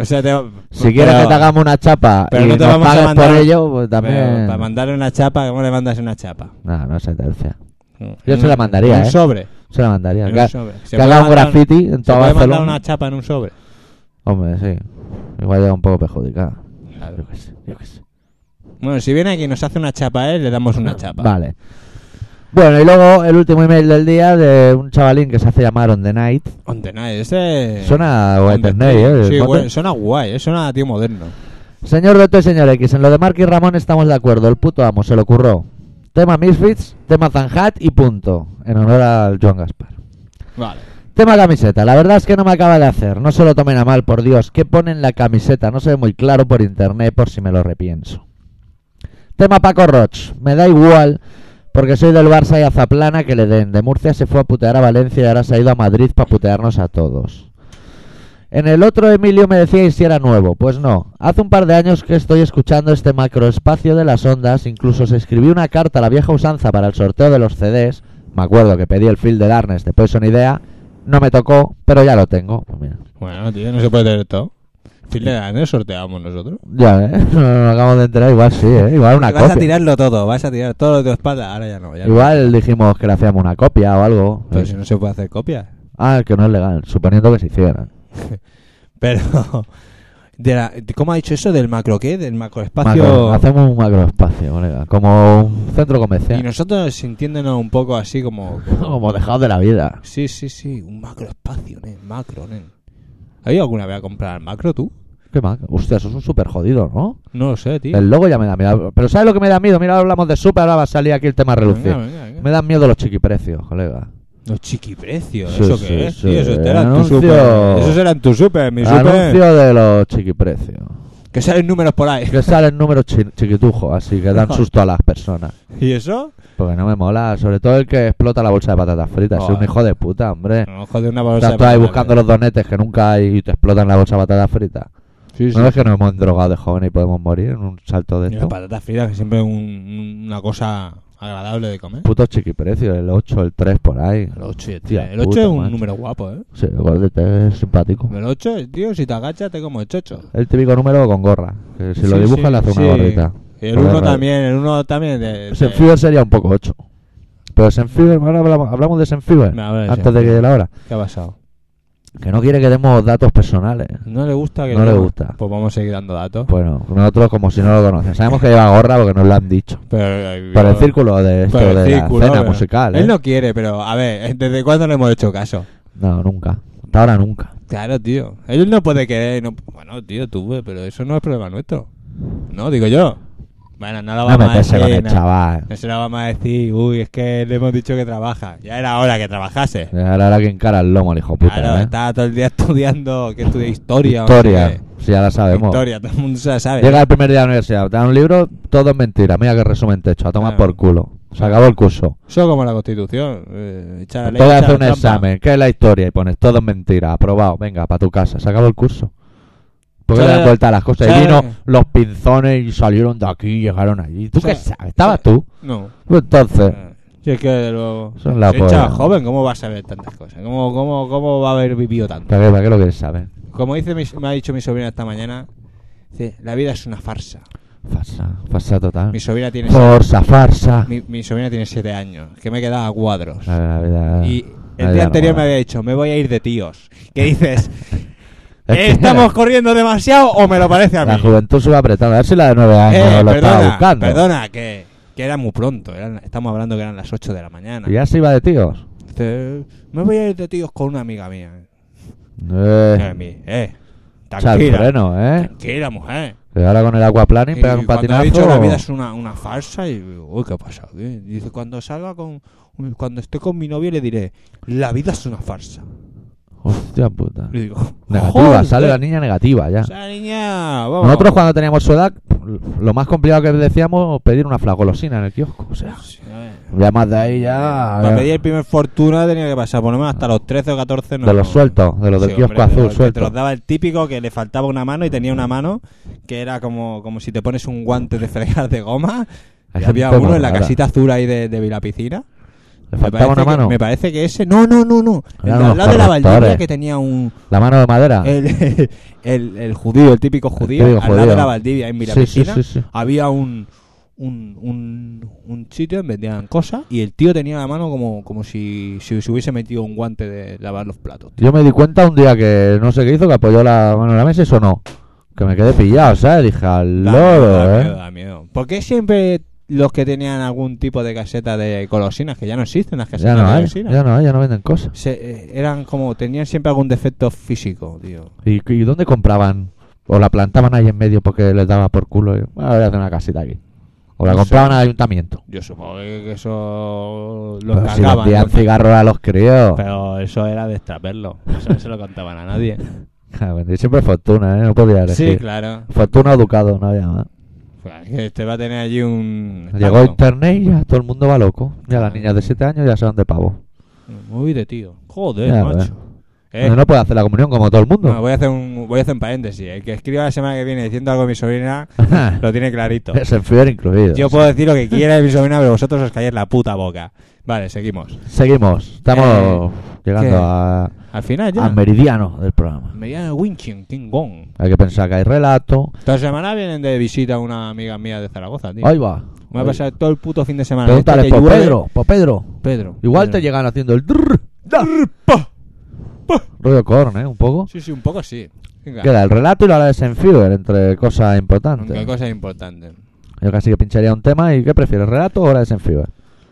A: O sea, te-
B: Si quieres
A: pero-
B: que te hagamos una chapa
A: pero
B: y
A: no te
B: nos
A: vamos a
B: pagues
A: mandar-
B: por ello, pues
A: pero
B: también.
A: para mandarle una chapa, ¿cómo le mandas una chapa?
B: No, no es sentencia. Yo se la mandaría,
A: En un
B: ¿eh?
A: sobre.
B: Se la mandaría.
A: en
B: Que-
A: un sobre. Se
B: que
A: puede
B: haga un
A: mandar-
B: graffiti en
A: Se puede
B: toda
A: mandar
B: Barcelona.
A: una chapa en un sobre.
B: Hombre, sí. Igual llega un poco perjudicada.
A: Claro.
B: Yo qué sé, yo qué sé.
A: Bueno, si viene aquí y nos hace una chapa él, le damos una chapa.
B: Vale. Bueno, y luego el último email del día de un chavalín que se hace llamar On the Night.
A: On the night, ese...
B: Suena a
A: On the
B: White Snake, ¿eh?
A: este Sí,
B: El
A: güey,
B: bote.
A: suena guay, eh, suena a tío moderno.
B: Señor Doto y señor X, en lo de Mark y Ramón estamos de acuerdo. El puto amo se lo curró. Tema Misfits, tema Zanjat y punto. En honor al Joan Gaspar.
A: Vale.
B: Tema camiseta, la verdad es que no me acaba de hacer, no se lo tomen a mal, por Dios, ¿qué pone en la camiseta? No se ve muy claro por internet, por si me lo repienso. Tema Paco Roch, me da igual, porque soy del Barça y Azaplana que le den, de Murcia se fue a putear a Valencia y ahora se ha ido a Madrid para putearnos a todos. En el otro Emilio me decíais si era nuevo, pues no, hace un par de años que estoy escuchando este macroespacio de las ondas, incluso se escribí una carta a la vieja usanza para el sorteo de los CDs, me acuerdo que pedí el Field de Darkness de Poison Idea, no me tocó, pero ya lo tengo. Pues mira.
A: Bueno, tío, no se puede tener todo. Fin de año sorteamos nosotros.
B: Ya, ¿eh? No nos acabamos de enterar, igual sí, ¿eh? Igual una
A: vas
B: copia.
A: a tirarlo todo, vas a tirar todo de tu espalda. Ahora ya no, ya no.
B: Igual dijimos que le hacíamos una copia o algo. Eh,
A: Pero si no se puede hacer copias.
B: Ah, que no es legal, suponiendo que se hiciera.
A: Pero. De la- ¿Cómo ha dicho eso? ¿Del macro qué? ¿Del macroespacio?
B: Macro- hacemos un macroespacio, colega. Como un centro comercial.
A: Y nosotros sintiéndonos un poco así como. como-
B: Como dejados de la vida.
A: Sí, sí, sí, un macroespacio, nen, macro, nen. ¿Has ido alguna vez a comprar macro tú?
B: Qué mal. Hostia, eso es un súper jodido, ¿no?
A: No lo sé, tío.
B: El logo ya me da miedo. Pero ¿sabes lo que me da miedo? Mira, ahora hablamos de súper, ahora va a salir aquí el tema a relucir.
A: Venga, venga, venga.
B: Me dan miedo los chiquiprecios, colega.
A: Los chiquiprecios,
B: Sí,
A: ¿eso
B: sí,
A: qué es?
B: sí.
A: tío? eso era en tu
B: Anuncio.
A: super. Eso era en tu super, mi super.
B: Anuncio de los chiquiprecios.
A: Que salen números por ahí.
B: Que salen números chi- chiquitujos, así que dan susto a las personas.
A: ¿Y eso?
B: Porque no me mola, sobre todo el que explota la bolsa de patatas fritas. Es un
A: Joder.
B: hijo de puta, hombre.
A: No, joder, una bolsa
B: Estás
A: de
B: tú ahí
A: patatas.
B: buscando los donetes que nunca hay y te explotan la bolsa de patatas fritas.
A: Sí, sí.
B: ¿No es que nos hemos drogado de joven y podemos morir en un salto de
A: Y las
B: esto?
A: patatas fritas, que siempre es un- una cosa agradable de comer.
B: Putos chiquiprecios, el 8, el 3 por ahí.
A: El 8
B: Tía,
A: El 8
B: puta,
A: es un
B: macho.
A: número guapo, ¿eh?
B: Sí, el gordete es simpático.
A: El 8, tío, si te agachas te como el chocho.
B: El típico número con gorra. que si lo
A: Sí,
B: dibujas
A: sí,
B: le hace una
A: sí. Eh,
B: gorrita.
A: Y el
B: Joder,
A: 1
B: vale.
A: también, el 1 también. De, de-
B: Senfiber sería un poco 8. Pero Senfiber, ahora hablamos, hablamos de Senfiber.
A: Venga, habla de
B: Antes de que
A: Senfiber.
B: llegue la hora.
A: ¿Qué ha pasado?
B: Que no quiere que demos datos personales.
A: No le gusta que
B: No le gusta.
A: Pues vamos a seguir dando datos.
B: Bueno, nosotros como si no lo conocen. Sabemos que lleva gorra porque nos lo han dicho.
A: pero,
B: Por el círculo de esto
A: Pero el
B: de
A: círculo,
B: la escena
A: pero-
B: musical, ¿eh?
A: Él no quiere, pero a ver, eh, ¿desde cuándo le hemos hecho caso?
B: No, nunca. Hasta ahora nunca.
A: Claro, tío. Él no puede querer. No... Bueno, tío, tú, eh, pero eso no es problema nuestro. No, digo yo. Bueno, no lo
B: No
A: vamos a
B: Ah, meterse
A: decir.
B: con el
A: no.
B: chaval.
A: No se lo vamos a decir. Uy, es que le hemos dicho que trabaja. Ya era hora que trabajase.
B: Ahora ahora que encara el lomo, el hijo puta.
A: Claro,
B: ¿eh?
A: estaba todo el día estudiando. Que estudia historia. o no sé
B: Historia.
A: qué.
B: Si ya la sabemos.
A: Historia, todo el mundo se la sabe.
B: Llega el primer día de la universidad, te dan un libro, todo es mentira. Mira que resumen te he hecho, a tomar
A: Claro.
B: por culo. Se acabó el curso.
A: Eso como la constitución. Eh, echar la
B: Te
A: ley,
B: voy a
A: echar
B: hacer un
A: la trampa.
B: examen, ¿qué es la historia? Y pones, todo es mentira, aprobado, venga, para tu casa. Se acabó el curso. Porque le
A: ¿Sabes?
B: dan vuelta a las cosas. Y
A: ¿Sabes?
B: vino los pinzones y salieron de aquí y llegaron allí. ¿Tú qué
A: ¿Sabes?
B: sabes? ¿Estabas
A: ¿Sabes?
B: tú?
A: No.
B: Pues entonces,
A: Eh, Si es que de luego.
B: eso es la
A: Si un chaval
B: polla.
A: joven, ¿cómo va a saber tantas cosas? ¿Cómo, cómo, cómo va a haber vivido tanto?
B: ¿Para qué, para qué lo quieres saber?
A: Como dice mi- me ha dicho mi sobrina esta mañana, dice, la vida es una farsa.
B: Farsa, farsa total.
A: Mi sobrina tiene
B: Forza, farsa.
A: mi, mi sobrina tiene siete años, que me quedaba a cuadros.
B: La, la vida-
A: Y
B: la
A: el
B: vida
A: día anterior me
B: mola.
A: había dicho, me voy a ir de tíos. ¿Qué dices?
B: Es que
A: ¿Estamos corriendo demasiado o me lo parece a mí?
B: La juventud se va apretando. A ver si la de 9 años
A: Eh,
B: Ah, lo estaba
A: perdona,
B: buscando.
A: perdona, que, que era muy pronto. eran- estamos hablando que eran las 8 de la mañana.
B: Y ya se iba de tíos.
A: Dice, me voy a ir de tíos con una amiga mía. Eh,
B: Eh,
A: mi- eh,
B: echa el
A: tranquila,
B: freno, ¿eh?
A: tranquila, mujer.
B: Que ahora con el aquaplaning pega
A: Y
B: un
A: cuando
B: patinazo.
A: ha dicho la vida es una, una farsa, y digo, uy, ¿qué ha pasado? ¿Qué? Dice, cuando salga con. Cuando esté con mi novia le diré, la vida es una farsa.
B: Hostia puta.
A: Le digo,
B: Negativa,
A: joder.
B: sale la niña negativa ya.
A: O sea, niña, vamos.
B: Nosotros cuando teníamos su edad, lo más complicado que decíamos pedir una flagolosina en el kiosco. O sea,
A: Sí, a ver.
B: ya más de ahí ya. eh,
A: Para pedir el primer fortuna tenía que pasar, por lo menos hasta los 13 o 14. No,
B: de los sueltos, de los del
A: Sí,
B: kiosco
A: hombre, de
B: azul
A: los que Te
B: sueltos.
A: los daba el típico que le faltaba una mano y tenía una mano que era como, como si te pones un guante de fregar de goma.
B: Hay
A: Y había
B: gente
A: uno
B: muy
A: en la
B: rara.
A: casita azul ahí de, de Vilapicina.
B: Le
A: Me
B: faltaba
A: parece
B: una
A: que-
B: mano.
A: me parece que ese. No, no, no, no. El
B: Eran
A: de
B: unos
A: al lado de la
B: corruptores.
A: Valdivia que tenía un.
B: La mano de madera.
A: El, el, el judío, el típico judío.
B: típico
A: al lado
B: judío.
A: de la Valdivia en
B: sí, sí,
A: Vilapicina.
B: sí, sí.
A: Había un. Un, un, un sitio donde vendían cosas y el tío tenía la mano como, como si, si se hubiese metido un guante de lavar los platos.
B: Yo me di cuenta un día que no sé qué hizo, que apoyó la mano en la mesa y sonó. Que me quedé pillado, ¿sabes? Dije al
A: Da
B: loro,
A: miedo, da
B: ¿eh?
A: miedo, da miedo. ¿Por qué siempre los que tenían algún tipo de caseta de colosinas, que ya no existen las
B: Ya
A: casetas
B: no
A: de
B: hay,
A: colosinas,
B: ya no hay, ya no venden cosas.
A: se- eh, eran como, tenían siempre algún defecto físico, tío?
B: ¿Y, y dónde compraban? ¿O la plantaban ahí en medio porque les daba por culo? y, "Bueno, voy a hacer una casita aquí. ¿O la
A: No sé.
B: compraban al ayuntamiento?
A: Yo supongo que eso lo
B: Pero si
A: cargaban.
B: vendían cigarros a los críos.
A: pero eso era de extraperlo. Eso no se lo contaban a nadie.
B: Ah, vendí siempre fortuna, ¿eh? No podía decir.
A: sí, claro.
B: Fortuna o ducado, no había más.
A: Este va a tener allí un.
B: Llegó
A: estanco.
B: internet y ya todo el mundo va loco. Ya las niñas de 7 años ya se van de pavo.
A: Muy de tío. Joder,
B: Ya,
A: macho. Eh,
B: No, no puede hacer la comunión como todo el mundo.
A: no, voy a hacer un voy a hacer un paréntesis. El que escriba la semana que viene diciendo algo a mi sobrina lo tiene clarito.
B: es el fiel incluido.
A: Yo puedo decir lo que quiera de mi sobrina, pero vosotros os calláis la puta boca. Vale, seguimos.
B: Seguimos. Estamos
A: Eh, ¿qué?
B: llegando a,
A: Al final
B: al
A: ya.
B: meridiano del programa.
A: Mediana Winchin, King Kong.
B: Hay que pensar que hay relato.
A: Esta semana vienen de visita una amiga mía de Zaragoza, tío.
B: Ahí va.
A: Me va a pasar todo el puto fin de semana.
B: Pregúntale
A: Esto Este que
B: por
A: llueve-
B: Pedro, por Pedro.
A: Pedro.
B: Igual
A: Pedro.
B: te llegan haciendo el drrr, da. rollo corn, ¿eh? Un poco.
A: Sí, sí, un poco sí. Venga.
B: Queda el relato y la hora de Senfiewer, entre cosas importantes.
A: Aunque hay cosas importantes.
B: Yo casi que pincharía un tema y ¿qué prefieres, relato o hora de Senfiewer?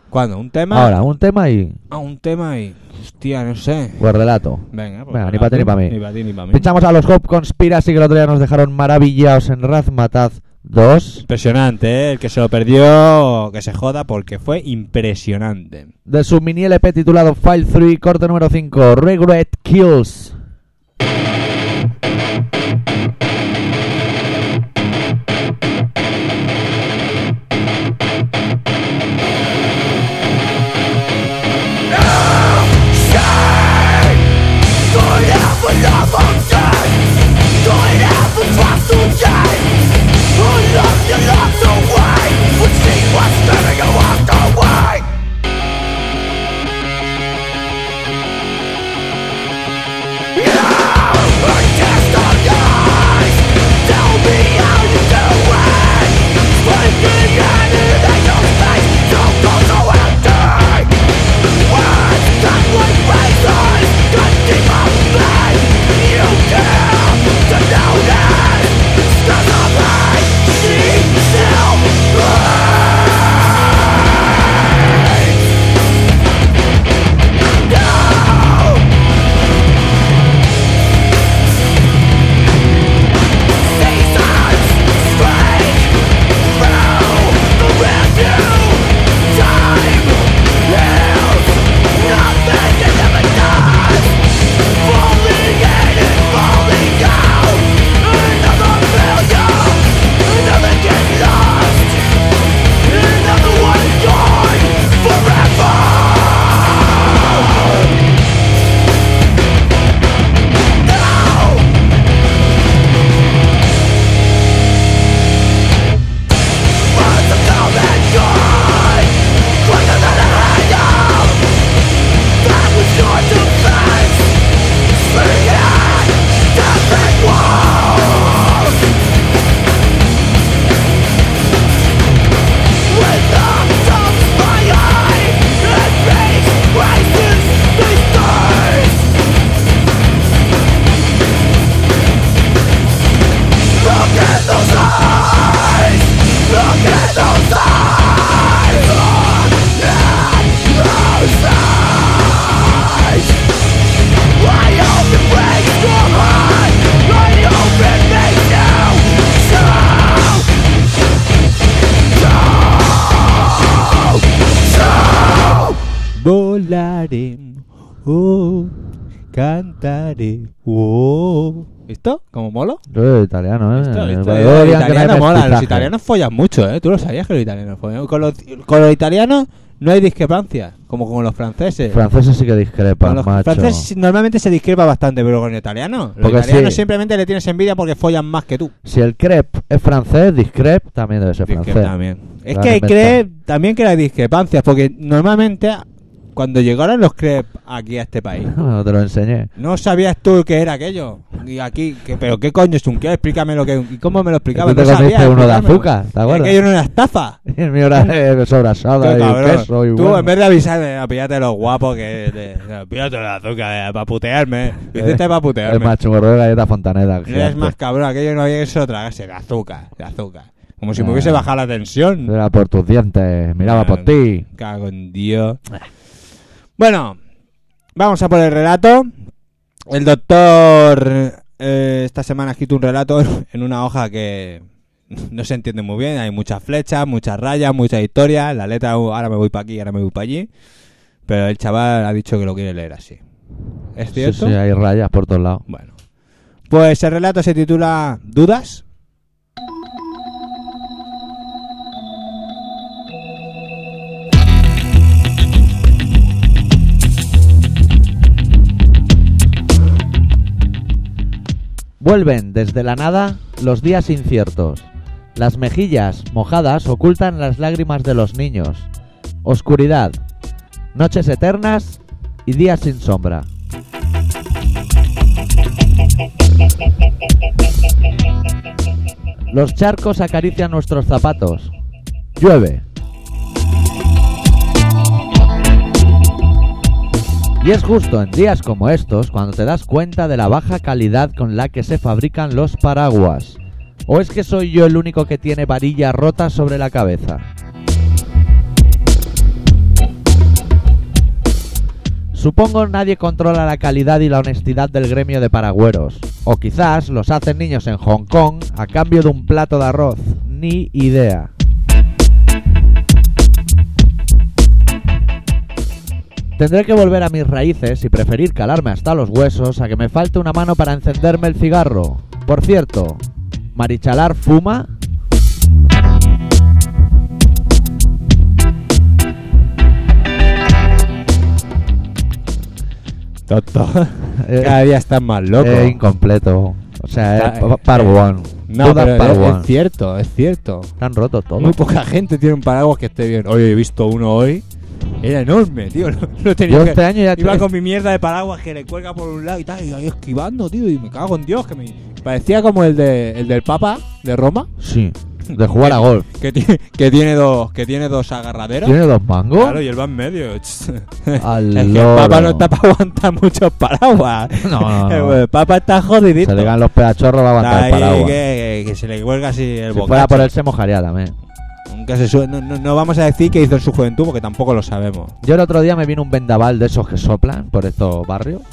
A: ¿Cuándo? ¿Un tema?
B: Ahora, un tema y...
A: Ah, un tema y. Hostia, no sé.
B: o el relato.
A: Venga, pues.
B: Venga, ni pa' ti ni pa' mí.
A: Ni para ti ni para mí.
B: Pinchamos a los Hop Conspiracy que el otro día nos dejaron maravillados en Razmataz 2.
A: Impresionante, ¿eh? El que se lo perdió, que se joda, porque fue impresionante.
B: de su mini LP titulado File 3, corte número 5, Regret Kills.
E: Don't
A: Volaré, oh, cantaré, oh. Ah, ¿Listo? ¿Como molo?
B: Yo soy italiano, ¿eh?
A: Listo, listo.
B: Cuando
A: Los
B: digan que no hay
A: italianos mola, los
B: mestizaje.
A: italianos follan mucho, ¿eh? Tú lo sabías que los italianos follan. Con los, con los italianos no hay discrepancias, como con los franceses.
B: Franceses sí que
A: Con
B: discrepan,
A: los
B: macho.
A: franceses normalmente se discrepa bastante, pero con los italianos. Los
B: Porque
A: italianos
B: sí.
A: simplemente le tienes envidia porque follan más que tú.
B: Si el crepe es francés, discrep también debe ser
A: Discrep
B: francés.
A: también. Es
B: Claro,
A: que
B: inventa.
A: cree también que las discrepancias, porque normalmente cuando llegaron los crepes aquí a este país,
B: no te lo enseñé.
A: no sabías tú qué era aquello. Y aquí, que- pero qué coño es un qué, explícame lo que y cómo me lo explicabas.
B: Y tú
A: No
B: te comiste
A: sabías,
B: uno de
A: explícamelo.
B: azúcar, ¿te acuerdas?
A: Aquello era una estafa.
B: Y el mío era de sobrasada
A: Tú,
B: y
A: cabrón,
B: queso y
A: tú,
B: bueno.
A: en vez de avisarme, "No, píllate los guapos que te, píllate el azúcar para putearme. Lo Hiciste para
B: Eh, Es
A: putearme.
B: más chungo de galleta fontaneda.
A: No eres
B: gigante.
A: más cabrón, aquello no había que se lo tragase, de azúcar, de azúcar. Como si me
B: Ah.
A: hubiese bajado la tensión.
B: Era por tus dientes, miraba por ti.
A: Cago en Dios.
B: Ah.
A: Bueno, vamos a por el relato. El doctor eh, esta semana ha escrito un relato en una hoja que no se entiende muy bien. Hay muchas flechas, muchas rayas, muchas historias. La letra, uh, ahora me voy para aquí, ahora me voy para allí. Pero el chaval ha dicho que lo quiere leer así. ¿Es
B: Sí,
A: cierto?
B: sí, hay rayas por todos lados.
A: Bueno. Pues el relato se titula ¿Dudas?
B: Vuelven desde la nada los días inciertos. Las mejillas mojadas ocultan las lágrimas de los niños. Oscuridad, noches eternas y días sin sombra. Los charcos acarician nuestros zapatos. Llueve. Y es justo en días como estos cuando te das cuenta de la baja calidad con la que se fabrican los paraguas. ¿O es que soy yo el único que tiene varilla rota sobre la cabeza? Supongo nadie controla la calidad y la honestidad del gremio de paragüeros. O quizás los hacen niños en Hong Kong a cambio de un plato de arroz. Ni idea. Tendré que volver a mis raíces y preferir calarme hasta los huesos a que me falte una mano para encenderme el cigarro. Por cierto, ¿Marichalar fuma?
A: Doctor.
B: Eh,
A: Cada día estás más loco.
B: Es Eh, incompleto. O sea, es
A: Está-
B: pa- par
A: eh,
B: one.
A: No,
B: Todas
A: pero
B: par
A: es-
B: one.
A: es cierto, es cierto.
B: Están rotos todos.
A: Muy poca gente tiene un paraguas que esté bien. Oye, he visto uno hoy. Era enorme, tío. No, no tenía
B: Yo
A: que-
B: este año ya
A: Iba
B: te-
A: con mi mierda de paraguas que le cuelga por un lado y tal, y ahí esquivando, tío. Y me cago en Dios, que me... Parecía como el, de, el del Papa de Roma,
B: Sí. De jugar a golf.
A: que, tiene- que tiene dos que tiene dos agarraderos.
B: ¿Tiene dos mangos?
A: Claro, y él va en medio. es que el
B: Al
A: Papa
B: loro.
A: no está para aguantar muchos paraguas.
B: No, no, no.
A: El Papa está jodidito.
B: Se le dan los pedachorros va a aguantar el
A: Ahí
B: paraguas.
A: que, que se le cuelga así el
B: Si
A: bocacho.
B: fuera por él se mojaría también.
A: Nunca se sue- no, no- no vamos a decir que hizo en su juventud porque tampoco lo sabemos.
B: Yo el otro día me vino un vendaval de esos que soplan por estos barrios.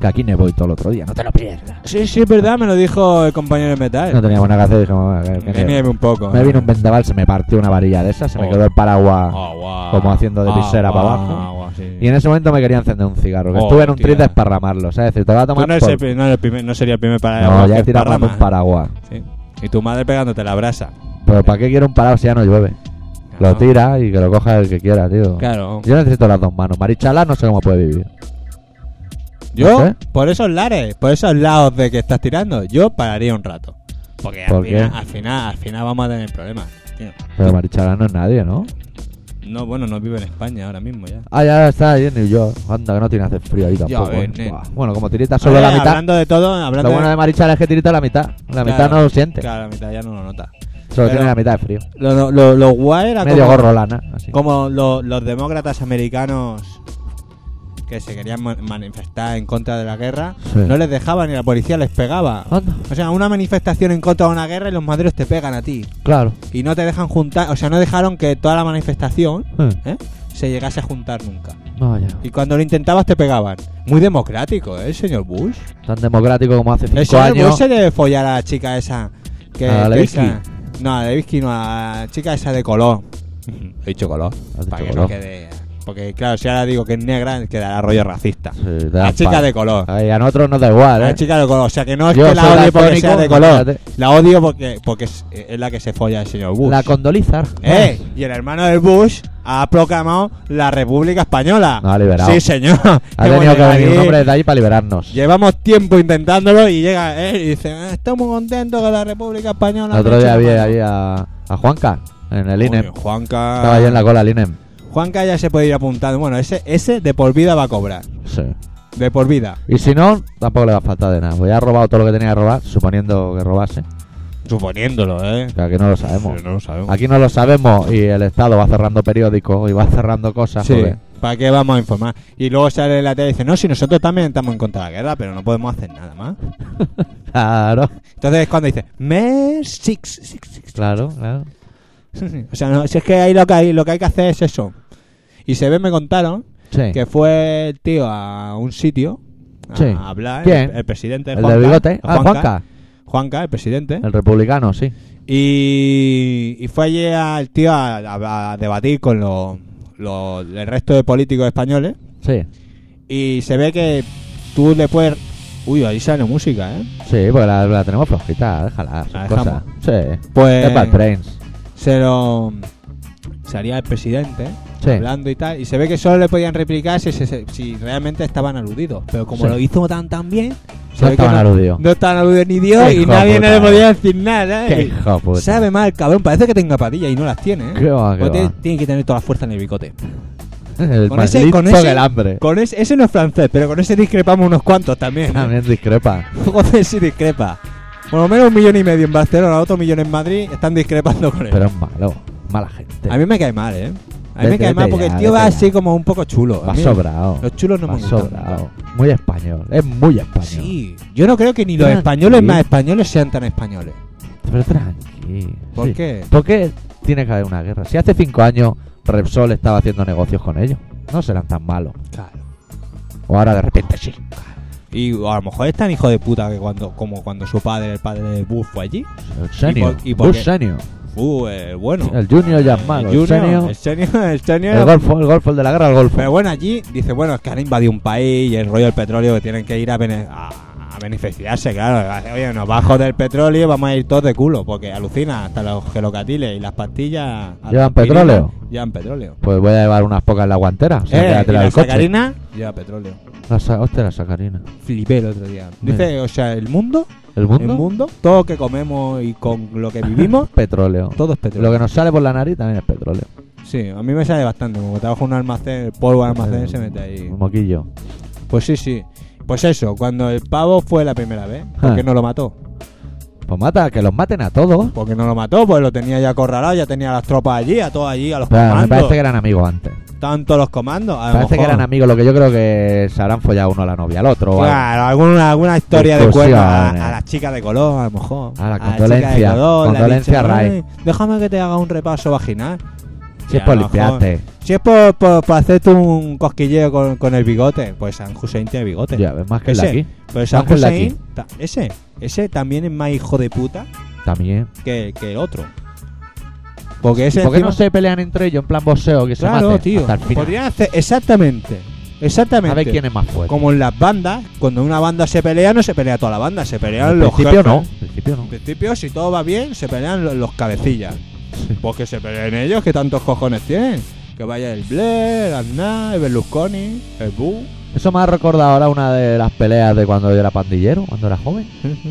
B: Que aquí me voy todo el otro día, no te lo pierdas.
A: Sí, sí, es verdad, me lo dijo el compañero de
B: No
A: metal.
B: teníamos nada que hacer, dije, "Mamá, que- que
A: Que nieve un poco.
B: Me vino un vendaval, se me partió una varilla de esas, se me
A: Oh.
B: quedó el paraguas.
A: Ah, guau.
B: como haciendo de
A: Ah,
B: visera para
A: guau,
B: abajo.
A: guau, sí.
B: Y en ese momento me quería encender un cigarro. Que
A: Oh,
B: estuve en un
A: tía.
B: tris de esparramarlo. ¿sabes? decir, te lo voy a
A: Tú
B: tomar.
A: no, eres
B: por-
A: el pri- no eres el primer- no sería el primer para
B: No, ya he tirado más de un paraguas.
A: Y tu madre pegándote la brasa.
B: Pero ¿para qué quiero un paraguas si ya no llueve? Lo
A: No.
B: tira y que lo coja el que quiera, tío.
A: Claro.
B: Yo necesito las dos manos. Marichala no sé cómo puede vivir.
A: Yo,
B: ¿No sé?
A: por esos lares, por esos lados de que estás tirando, yo pararía un rato. Porque al,
B: ¿Por
A: final,
B: qué?
A: al final, al final vamos a tener problemas. tío.
B: Pero Marichala no es nadie, ¿no?
A: No, bueno, no vivo en España ahora mismo ya.
B: Ah, ya está ahí en New York. Anda, que no tiene hacer frío ahí tampoco.
A: ves,
B: ¿eh?
A: nen.
B: Buah. Bueno, como tirita Ah, solo la
A: Eh,
B: mitad.
A: Hablando de todo, hablando
B: Lo bueno
A: de...
B: de Marichala es que tirita la mitad. La mitad
A: Claro,
B: no lo siente.
A: Claro, la mitad ya no lo nota.
B: Solo
A: Pero-
B: tiene la mitad de frío.
A: Lo, lo, lo, lo guay era
B: Medio
A: como,
B: gorro lana. así.
A: como lo- los demócratas americanos que se querían ma- manifestar en contra de la guerra,
B: Sí. Ah.
A: no les dejaban y la policía les pegaba.
B: Anda.
A: O sea, una manifestación en contra de una guerra y los maderos te pegan a ti.
B: Claro.
A: Y no te dejan juntar, o sea, no dejaron que toda la manifestación
B: Eh,
A: ¿eh? se llegase a juntar nunca.
B: Vaya.
A: Y cuando lo intentabas te pegaban. Muy democrático, ¿eh, señor Bush?
B: Tan democrático como hace
A: El
B: cinco
A: señor Bush
B: años.
A: se debe follar a la chica esa. Que,
B: ¿A
A: que
B: Levinsky?
A: esa- no, a Levinsky no, a la chica esa de color. He dicho color.
B: Has
A: Para
B: dicho
A: que no
B: color.
A: quede- Porque, claro, si ahora digo que es negra, quedará rollo racista.
B: Sí, te
A: La
B: das
A: chica
B: palo.
A: de color.
B: Ay, a nosotros nos da igual,
A: La
B: ¿eh?
A: chica de color. O sea, que no es
B: Yo
A: que la
B: soy
A: odie porque sea
B: daltónico,
A: de color.
B: fíjate.
A: La odio porque, porque es, es la que se folla el señor Bush.
B: La condolizar.
A: ¡Eh! Y el hermano del Bush ha proclamado la República Española.
B: Nos ha liberado.
A: Sí, señor.
B: Ha
A: Hemos
B: tenido que
A: llegado
B: venir un
A: aquí.
B: hombre de ahí para liberarnos.
A: Llevamos tiempo intentándolo y llega él y dice, "Ah, estamos contentos con la República Española.
B: El otro
A: me
B: día
A: echa
B: vi
A: la mano".
B: ahí a, a Juanca en el INEM.
A: Coño, Juanca.
B: Estaba ahí en la cola el INEM.
A: Juanca ya se puede ir apuntando. Bueno, ese, ese de por vida va a cobrar.
B: Sí.
A: De por vida.
B: Y si no, tampoco le va a faltar de nada. Pues ya ha robado todo lo que tenía que robar, suponiendo que robase.
A: Suponiéndolo, ¿eh?
B: Que aquí no lo sabemos.
A: Pero no lo sabemos.
B: Aquí no lo sabemos y el Estado va cerrando periódicos y va cerrando cosas.
A: Sí,
B: joder.
A: ¿para qué vamos a informar? Y luego sale la tele y dice, no, si nosotros también estamos en contra de la guerra, pero no podemos hacer nada más.
B: Claro,
A: Entonces es cuando dice, mes six, six, six".
B: claro, claro.
A: O sea, no, si es que ahí lo que hay, lo que hay que hacer es eso. Y se ve, me contaron,
B: Sí.
A: que fue el tío a un sitio a
B: Sí.
A: hablar,
B: ¿Quién?
A: El, el presidente
B: El
A: Juanca,
B: de bigote. Ah,
A: Juanca, ¿Eh?
B: Juanca.
A: Juanca, el presidente.
B: El republicano, sí.
A: Y, y fue allí al tío a, a- a debatir con los los- el resto de políticos españoles.
B: Sí.
A: Y se ve que tú le puedes... Uy, ahí sale música, ¿eh?
B: Sí, pues la, la tenemos flojita, déjala. sus
A: La
B: cosas.
A: dejamos.
B: Sí.
A: Pues-
B: Es para el Brains.
A: Se lo... Salía el presidente
B: Sí.
A: hablando y tal. Y se ve que solo le podían replicar si, se- se- si realmente estaban aludidos. Pero como
B: Sí.
A: lo hizo tan tan bien... se
B: No
A: ve que
B: estaban aludidos.
A: No estaban aludidos ni Dios
B: Qué
A: y
B: hijo
A: nadie no
B: puta,
A: le podía
B: eh.
A: decir nada.
B: Qué
A: Y-
B: hijo puta.
A: Sabe mal, cabrón. Parece que tenga patillas y no las tiene. ¿eh?
B: Qué va,
A: Porque
B: qué va.
A: tiene- Tiene que tener toda la fuerza en el bicote.
B: El
A: Con
B: más
A: ese-
B: listo
A: con ese-
B: que el hambre.
A: Con ese, ese no es francés, pero con ese discrepamos unos cuantos también. ¿eh?
B: También discrepa.
A: Joder, sí discrepa. Por lo menos un millón y medio en Barcelona, otro millón en Madrid, están discrepando con él.
B: Pero es malo. Mala gente.
A: a mí me cae mal, ¿eh? A mí
B: Vete,
A: me cae mal
B: vete
A: porque
B: ya,
A: el tío
B: vete
A: va
B: ya.
A: así como un poco chulo. A
B: Va
A: mí
B: sobrado.
A: Los chulos no
B: Va
A: me gustan.
B: sobrado. Muy español. Es muy español.
A: Sí, yo no creo que ni los
B: Tranqui.
A: españoles más españoles sean tan españoles.
B: Pero tranqui.
A: ¿Por
B: Sí.
A: qué?
B: ¿Por qué tiene que haber una guerra? Si hace cinco años Repsol estaba haciendo negocios con ellos, no serán tan malos.
A: Claro.
B: O ahora de repente sí.
A: Y a lo mejor es tan hijo de puta que cuando, como cuando su padre, el padre de Bush, fue allí.
B: El senior.
A: por- y por
B: Bush
A: qué?
B: senior.
A: Uh, eh, bueno.
B: El junior ya es malo.
A: El junior,
B: senior-
A: el senior, el senior.
B: El golfo, el golfo, el de la guerra, el golfo.
A: Pero bueno, allí dice, bueno, es que han invadido un país y el rollo del petróleo que tienen que ir a, bene- a, a beneficiarse, claro. Oye, nos bajo del petróleo vamos a ir todos de culo, porque alucina, hasta los gelocatiles y las pastillas... a
B: ¿Llevan
A: las aspirinas,
B: petróleo?
A: Llevan petróleo.
B: Pues voy a llevar unas pocas en la guantera. O sea,
A: Eh, y
B: quédatela
A: la
B: del coche.
A: sacarina lleva petróleo.
B: La sa- hostia, la sacarina.
A: Flipé el otro día. Dice, o sea, el mundo,
B: ¿El mundo?
A: el mundo, todo lo que comemos y con lo que vivimos,
B: petróleo.
A: todo es petróleo.
B: Lo que nos sale por la nariz también es petróleo.
A: Sí, a mí me sale bastante, como trabajo en un almacén, el polvo de almacén se mete ahí.
B: Un moquillo.
A: Pues sí, sí. Pues eso, cuando el pavo fue la primera vez, ¿por
B: Ah.
A: qué no lo mató?
B: Pues mata, que los maten a todos.
A: Porque no lo mató, pues lo tenía ya acorralado, ya tenía las tropas allí, a todos allí, a los
B: Pero me
A: comandos.
B: parece que eran amigos antes.
A: Tanto los comandos. A lo
B: Parece que
A: mejor.
B: eran amigos, lo que yo creo que se habrán follado uno a la novia al otro. o algo.
A: Claro, alguna, alguna historia de cuerno a,
B: Discusiones.
A: a la chica de color, a lo mejor.
B: A la
A: chica de
B: condolencia,
A: color, le ha
B: condolencia,
A: dicho,
B: Ray.
A: "Ay, Déjame que te haga un repaso vaginal.
B: Si
A: Y
B: es
A: a
B: por
A: lo mejor-
B: limpiarte.
A: Si es por, por- por hacerte un cosquilleo con, con el bigote, pues San Hussein tiene bigote.
B: Ya, ves más que el de
A: ese,
B: aquí.
A: Pues San
B: Más que el de aquí.
A: Hussein, ta- ese, ese también es más hijo de puta
B: También.
A: que, que el otro. Porque ese
B: ¿Por qué
A: encima-
B: no se pelean entre ellos en plan boxeo que se
A: Claro,
B: maten
A: tío.
B: hasta el final?
A: Podrían hacer exactamente. Exactamente.
B: A ver quién es más fuerte.
A: Como en las bandas, cuando una banda se pelea, no se pelea toda la banda, se pelean
B: Al
A: los
B: principio
A: jefes.
B: no. Al principio no.
A: Al principio, si todo va bien, se pelean lo- los cabecillas. Pues que se peleen ellos, que tantos cojones tienen. Que vaya el Blair, el Aznar, el Berlusconi, el Bu.
B: Eso me ha recordado ahora una de las peleas de cuando yo era pandillero, cuando era joven.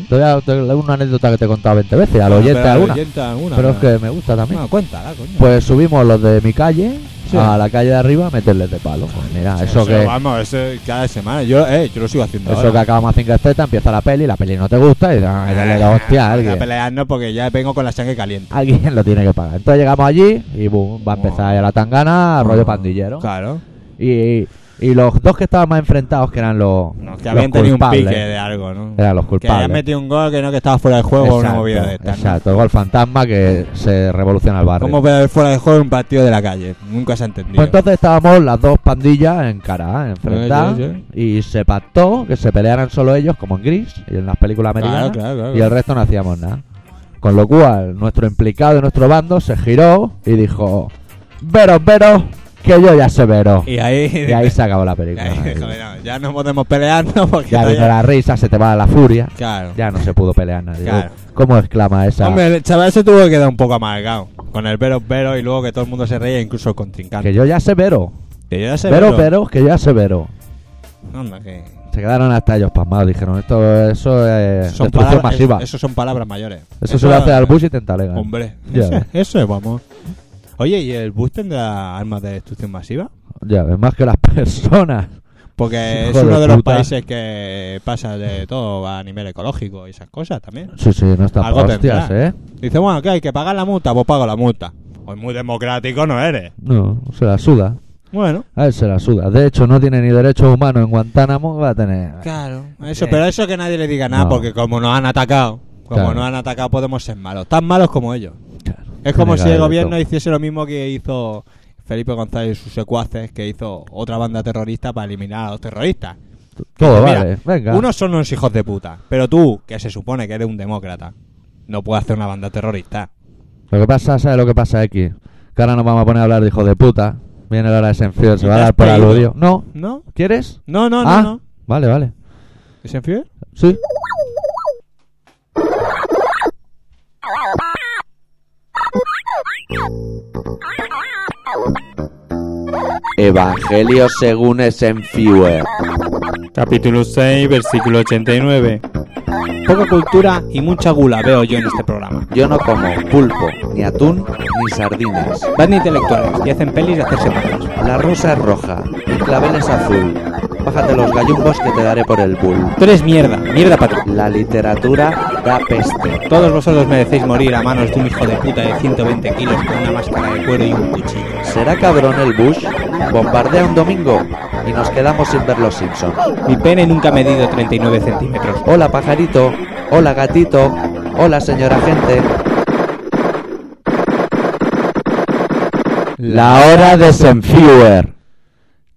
B: Todavía te- una anécdota que te he contado 20 veces, al oyente
A: Ah, Pero
B: alguna.
A: oyente alguna,
B: pero es
A: no.
B: que me gusta también.
A: Bueno, cuéntala, coño.
B: Pues subimos los de mi calle
A: Ah. Sí.
B: a la calle de arriba a meterles de palo. Pues mira, eso,
A: Eso,
B: que
A: Vamos, eso cada semana. Yo, eh, yo lo sigo haciendo
B: eso
A: ahora.
B: que acabamos en Casteta, empieza la peli, la peli no te gusta y dices, "Ah, dale
A: Eh,
B: dos hostias a
A: Voy a
B: alguien.
A: pelearnos porque ya vengo con la sangre caliente.
B: Alguien lo tiene que pagar. Entonces llegamos allí y boom, va a empezar ya la tangana, rollo Ah, pandillero.
A: Claro.
B: Y, Y los dos que estaban más enfrentados, que eran los,
A: No, que
B: los
A: habían tenido un
B: culpables,
A: pique de algo, ¿no?
B: eran los
A: que habían
B: culpables.
A: metido un gol que no que estaba fuera de juego o una
B: Exacto,
A: movida de estas. ¿no?
B: Exacto, el gol fantasma que se revoluciona el barrio.
A: ¿Cómo puede haber fuera de juego un partido de la calle? Nunca se ha entendido.
B: Pues entonces estábamos las dos pandillas en cara, enfrentadas,
A: Eh, sí,
B: y se pactó que se pelearan solo ellos, como en Gris y en las películas
A: claro,
B: americanas,
A: claro, claro.
B: y el resto no hacíamos nada. Con lo cual, nuestro implicado de nuestro bando se giró y dijo: Veros, veros, que yo ya sé veros.
A: Y ahí,
B: Y ahí se acabó la
A: y
B: película.
A: ahí dijo, "Mira, ya no podemos pelearnos porque
B: ya vino
A: todavía-".
B: la risa, se te va la furia.
A: Claro.
B: Ya no se pudo pelear nadie.
A: Claro.
B: ¿Cómo exclama esa?
A: Hombre, el chaval se tuvo que quedar un poco amargado. Con el pero pero y luego que todo el mundo se reía, incluso el contrincante.
B: que yo ya sé vero.
A: Que yo ya sé
B: Vero, Eh, vero, que yo ya sé vero.
A: Anda, que-
B: Se quedaron hasta ellos pasmados. Dijeron: Esto eso es
A: Son
B: destrucción
A: palabras-
B: masiva.
A: es- eso son palabras mayores.
B: Eso, se lo hace al Bush y te entalega.
A: Hombre,
B: Ya
A: eso,
B: ves.
A: eso es, vamos. Oye, ¿y el bus tendrá armas de destrucción masiva?
B: Ya, ves, más que las personas.
A: Porque
B: Hijo
A: es uno
B: de
A: de, los
B: puta.
A: países que pasa de todo a nivel ecológico y esas cosas también.
B: Sí, sí, no están
A: Algo
B: pa' hostias,
A: tendrá.
B: ¿eh?
A: Dice, bueno, ¿qué hay que pagar la multa? Pues pago la multa. Pues muy democrático no eres.
B: No, se la suda.
A: Bueno.
B: A él se la suda. De hecho, no tiene ni derechos humanos en Guantánamo. Va a tener.
A: Claro. Eso, pero eso que nadie le diga nada,
B: No.
A: porque como nos han atacado, como
B: Claro.
A: nos han atacado podemos ser malos. Tan malos como ellos.
B: Claro,
A: Es como
B: tiene
A: si el
B: derecho.
A: gobierno hiciese lo mismo que hizo Felipe González y sus secuaces, que hizo otra banda terrorista para eliminar a los terroristas.
B: Todo
A: Mira,
B: Pues vale. Venga.
A: Unos son unos hijos de puta, pero tú, que se supone que eres un demócrata, no puedes hacer una banda terrorista.
B: Lo que pasa, ¿sabes lo que pasa, X? Que ahora nos vamos a poner a hablar de hijo de puta. Viene la hora de Senfield, se
A: ¿Y
B: va a
A: te has
B: dar por
A: pedido?
B: aludio. No,
A: ¿No?
B: ¿quieres?
A: No, no,
B: ah,
A: no, no.
B: vale, vale.
A: ¿Se enfíe?
B: Sí. Evangelio según Senfield.
E: Capítulo 6, versículo 89.
A: Poca cultura y mucha gula veo yo en este programa.
B: Yo no como pulpo, ni atún, ni sardinas.
A: Van de intelectuales y hacen pelis de hacerse malos.
B: La rosa es roja, el clavel es azul. Bájate los gallumbos que te daré por el bull.
A: Tú eres mierda, mierda patrón.
B: La literatura da peste.
A: Todos vosotros merecéis morir a manos de un hijo de puta de 120 kilos con una máscara de cuero y un cuchillo.
B: ¿Será cabrón el Bush? Bombardea un domingo y nos quedamos sin ver los Simpsons.
A: Mi pene nunca ha medido 39 centímetros.
B: Hola pajarito, hola gatito, hola señora gente. La hora de Senfewer.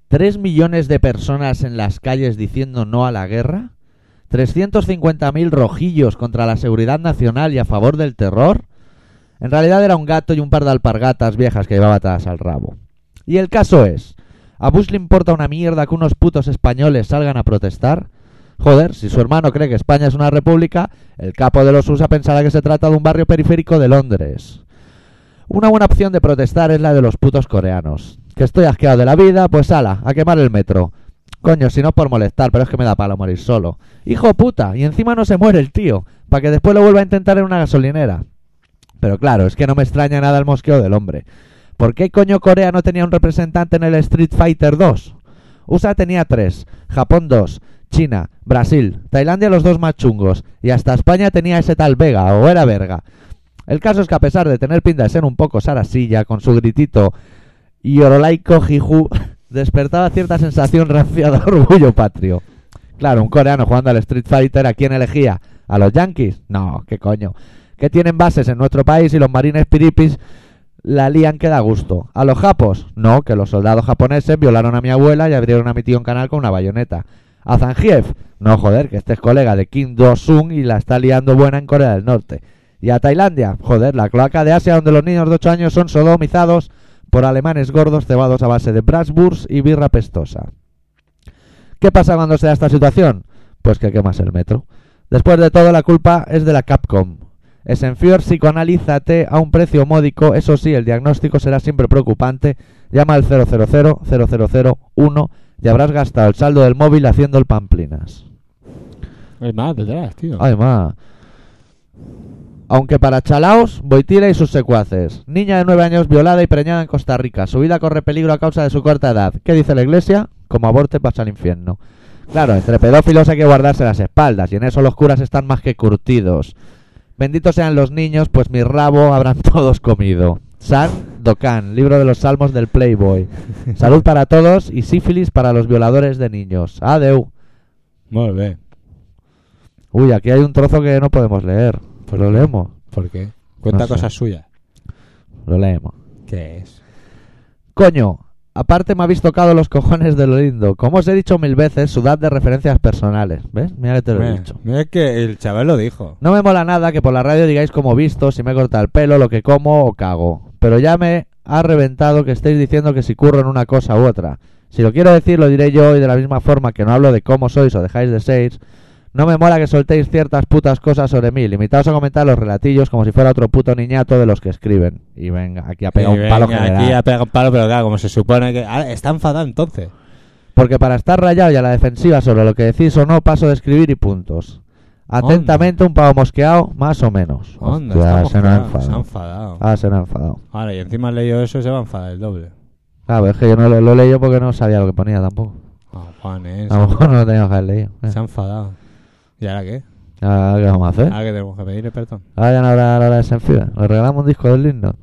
B: ¿Tres millones de personas en las calles diciendo no a la guerra? ¿350.000 rojillos contra la seguridad nacional y a favor del terror? En realidad era un gato y un par de alpargatas viejas que llevaba atadas al rabo. Y el caso es, ¿a Bush le importa una mierda que unos putos españoles salgan a protestar? Joder, si su hermano cree que España es una república, el capo de los USA pensará que se trata de un barrio periférico de Londres. Una buena opción de protestar es la de los putos coreanos. Que estoy asqueado de la vida, pues ala, a quemar el metro. Coño, si no es por molestar, pero es que me da palo morir solo. Hijo puta, y encima no se muere el tío, para que después lo vuelva a intentar en una gasolinera. Pero claro, es que no me extraña nada el mosqueo del hombre. ¿Por qué coño Corea no tenía un representante en el Street Fighter 2? USA tenía tres, Japón dos, China, Brasil, Tailandia los dos más chungos, y hasta España tenía ese tal Vega, o era verga. El caso es que a pesar de tener pinta de ser un poco sarasilla, con su gritito y orolaico jiju, despertaba cierta sensación rancia de orgullo patrio. Claro, un coreano jugando al Street Fighter, ¿a quién elegía? ¿A los Yankees? No, qué coño. Que tienen bases en nuestro país y los marines piripis la lían que da gusto. ¿A los japos? No, que los soldados japoneses violaron a mi abuela y abrieron a mi tío un canal con una bayoneta. ¿A Zangief? No, joder, que este es colega de Kim Do-sung y la está liando buena en Corea del Norte. ¿Y a Tailandia? Joder, la cloaca de Asia donde los niños de 8 años son sodomizados por alemanes gordos cebados a base de Brasburgs y birra pestosa. ¿Qué pasa cuando se da esta situación? Pues que quemas el metro. Después de todo, la culpa es de la Capcom. Esenfior, psicoanalízate a un precio módico. Eso sí, el diagnóstico será siempre preocupante. Llama al 000-0001 y habrás gastado el saldo del móvil haciendo el pamplinas.
A: Es más, detrás, tío.
B: Además, aunque para Chalaos, Boitila y sus secuaces. Niña de 9 años violada y preñada en Costa Rica. Su vida corre peligro a causa de su corta edad. ¿Qué dice la iglesia? Como aborte pasa al infierno. Claro, entre pedófilos hay que guardarse las espaldas y en eso los curas están más que curtidos. Benditos sean los niños, pues mi rabo habrán todos comido. San Dokkan, libro de los salmos del Playboy. Salud para todos y sífilis para los violadores de niños. Adeu.
A: Muy bien.
B: Uy, aquí hay un trozo que no podemos leer. Pues lo leemos.
A: ¿Por qué? Cuenta
B: No sé.
A: cosas suyas.
B: Lo leemos.
A: ¿Qué es?
B: Coño, aparte me habéis tocado los cojones de lo lindo. Como os he dicho mil veces, sudad de referencias personales. ¿Ves? Mira que te lo he
A: Mira,
B: dicho.
A: mira que el chaval lo dijo.
B: No me mola nada que por la radio digáis cómo visto, si me he cortado el pelo, lo que como o cago. Pero ya me ha reventado que estéis diciendo que si curro en una cosa u otra. Si lo quiero decir, lo diré yo y de la misma forma que no hablo de cómo sois o dejáis de seis. No me mola que soltéis ciertas putas cosas sobre mí. Limitaos a comentar los relatillos como si fuera otro puto niñato de los que escriben. Y venga, aquí ha pegado
A: Y
B: un palo
A: venga,
B: general.
A: Aquí ha pegado un palo, pero claro, como se supone que... Ah, está enfadado entonces.
B: Porque para estar rayado y a la defensiva sobre lo que decís o no, paso de escribir y puntos. Atentamente, un pavo mosqueado, más o menos.
A: Onda,
B: Hostia,
A: está
B: se nos ha
A: mosqueado, se ha
B: enfadado.
A: enfadado.
B: Ah, se nos ha enfadado.
A: Ahora, y encima leyó eso y se va a enfadar el doble.
B: Claro, es que yo no lo, lo he leído porque no sabía lo que ponía tampoco.
A: Ah, Juan, eh.
B: A lo mejor no lo teníamos que haber leído. Eh,
A: Se ha enfadado. ¿Y ahora qué?
B: Ahora, ¿qué vamos a hacer?
A: Ahora que tenemos que pedirle perdón.
B: Ahora ya no habrá la hora de Senfida. Le regalamos un disco del Lindor.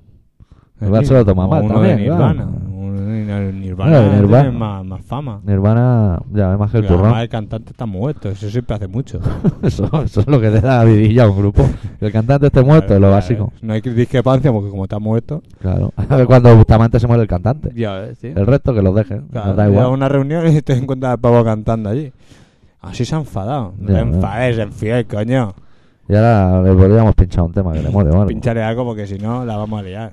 B: El Bar se lo toma
A: O
B: mal
A: Uno
B: también,
A: de
B: claro.
A: Nirvana. Uno de Nirvana.
B: Bueno, de Nirvana.
A: tiene Más, más fama.
B: Nirvana, ya ve más que el
A: Y además
B: turrón.
A: el cantante está muerto. Eso siempre hace mucho.
B: eso, eso es lo que te da vidilla a un grupo. Que el cantante esté muerto, es lo
A: Claro,
B: básico.
A: No hay discrepancia porque como está muerto...
B: Claro. A ver cuando Bustamante se muere el cantante.
A: Ya ves, sí.
B: El resto que los dejen.
A: Claro,
B: no da
A: te
B: igual.
A: vas a una reunión y te encuentras al pavo cantando allí. Así se ha enfadado. No te
B: Ya, ya.
A: enfades, en fiel, coño.
B: Y ahora le podríamos pinchar un tema que le mole o algo.
A: Pincharé algo porque si no la vamos a liar.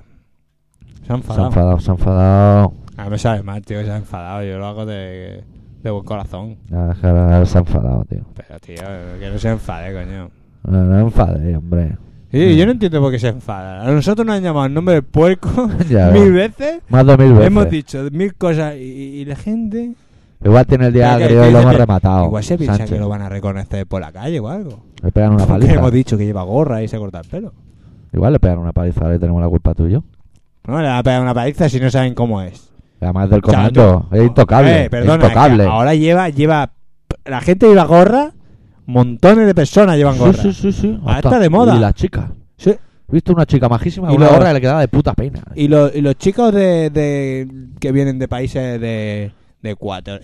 A: Se ha
B: Se ha
A: enfadado.
B: enfadado, se ha enfadado.
A: A mí me sabe mal, tío, que se ha enfadado. Yo lo hago de, de buen corazón.
B: Ah, es que Ahora ahora se ha enfadado, tío.
A: Pero, tío, que no se enfade, coño.
B: No, no enfadéis, hombre.
A: Y yo no entiendo por qué se enfada. A nosotros nos han llamado el nombre de puerco
B: Ya ves.
A: mil veces.
B: Más de mil veces.
A: Hemos dicho mil cosas y, y la gente...
B: Igual tiene el día
A: Mira que-
B: agrio
A: que
B: y lo
A: dice
B: hemos
A: que-
B: rematado.
A: Igual se piensa
B: Sánchez.
A: que lo van a reconocer por la calle o algo.
B: Le pegan una
A: Porque
B: paliza.
A: hemos dicho que lleva gorra y se corta el pelo.
B: Igual le pegan una paliza, ahora y tenemos la culpa tuyo.
A: No, le van a pegar una paliza si no saben cómo es.
B: Además del
A: O sea,
B: comando,
A: tú-
B: es intocable.
A: Eh, perdona,
B: es intocable.
A: que ahora lleva, lleva. La gente lleva gorra, montones de personas llevan gorra.
B: sí, sí, sí, sí.
A: Ahora
B: Hasta-
A: Ah, está de moda.
B: Y las chicas.
A: Sí.
B: He visto una chica majísima
A: Y
B: con una
A: los-
B: gorra que le quedaba de puta pena.
A: Y, los- y los chicos de, de- que vienen de países de, de ecuator-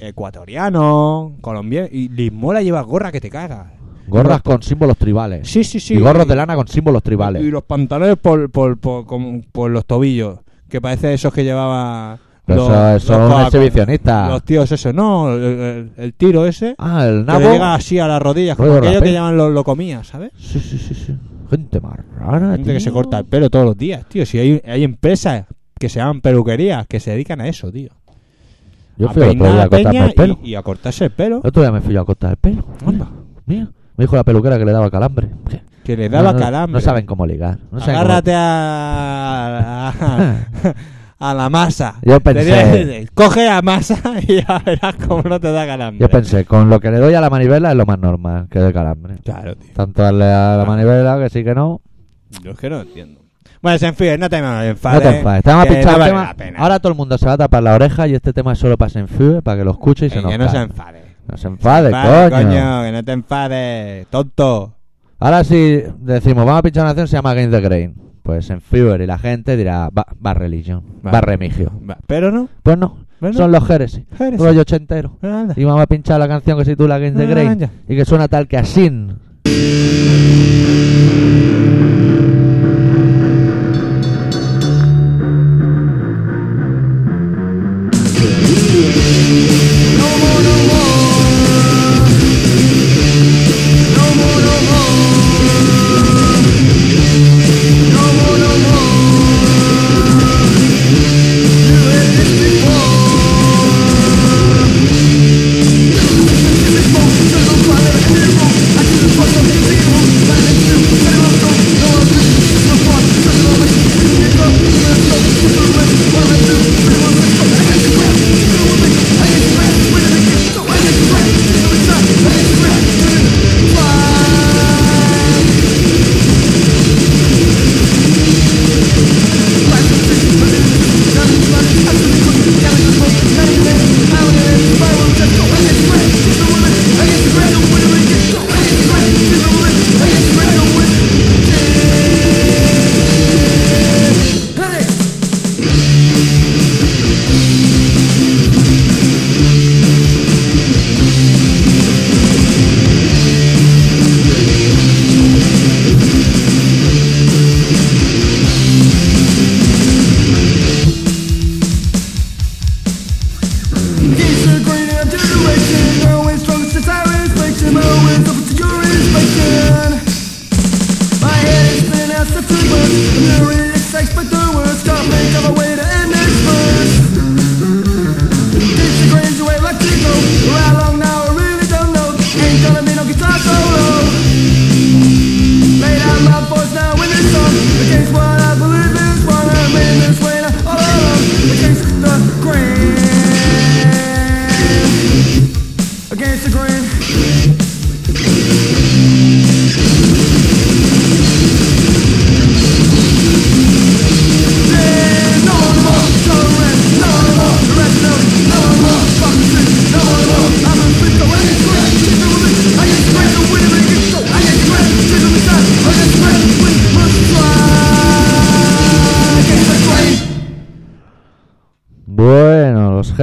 A: ecuatorianos, colombianos, y Lismola lleva gorra que te cagas.
B: Gorras con símbolos tribales.
A: Sí, sí, sí.
B: y gorros de lana con símbolos tribales.
A: Y los pantalones por, por, por, con- por los tobillos, que parece esos que llevaba.
B: Pero
A: los-
B: eso, eso es
A: los
B: un
A: Coca-
B: exhibicionista.
A: Los tíos, eso, no, el, el- el tiro ese.
B: Ah, el
A: Que le llega
B: nabo.
A: así a las rodillas, como
B: Rollo
A: aquello que
B: rapé.
A: llaman lo, lo comía, ¿sabes?
B: Sí, sí, sí, sí. Gente marrana.
A: Gente que
B: Ah, tío.
A: se corta el pelo todos los días, tío. Si hay, hay empresas que se llaman peluquerías que se dedican a eso, tío.
B: Yo
A: a
B: fui el otro
A: peinar
B: día
A: a
B: a cortarme
A: peña
B: el pelo. Ah,
A: Y, y a cortarse el pelo.
B: El otro día me fui yo a cortar el pelo.
A: Anda.
B: Mira, me dijo la peluquera que le daba calambre.
A: Que le daba
B: no, no,
A: calambre.
B: No saben cómo ligar. No saben cómo-
A: Agárrate a, a, a la masa.
B: Yo
A: Te
B: pensé,
A: diré, coge a masa y ya verás cómo no te da calambre.
B: yo pensé, con lo que le doy a la manivela es lo más normal que de calambre.
A: Claro, tío.
B: Tanto darle a
A: Ah.
B: la manivela que sí que no.
A: Yo es que no entiendo. Bueno, en fin, no te me
B: No
A: enfades.
B: te enfades. Te vamos a
A: que
B: pinchar
A: no
B: un
A: vale
B: tema.
A: la pena.
B: Ahora todo el mundo se va a tapar la oreja y este tema es solo para Senfue, para que lo escuche y
A: Eh,
B: se nos
A: que no se
B: cae.
A: enfade.
B: No se enfade,
A: Vale,
B: coño.
A: que no te enfades, tonto.
B: Ahora sí decimos, vamos a pinchar una canción que se llama Game the Grain. Pues en Fever y la gente dirá, va, va religión, va
A: Vale.
B: remigio.
A: Va, Pero no.
B: Pues no,
A: Bueno.
B: son los Jerez,
A: Jerez.
B: rollo ochentero.
A: Anda.
B: Y vamos a pinchar la canción que se titula Game the
A: Ah,
B: Grain
A: ya.
B: y que suena tal que así.
F: Thank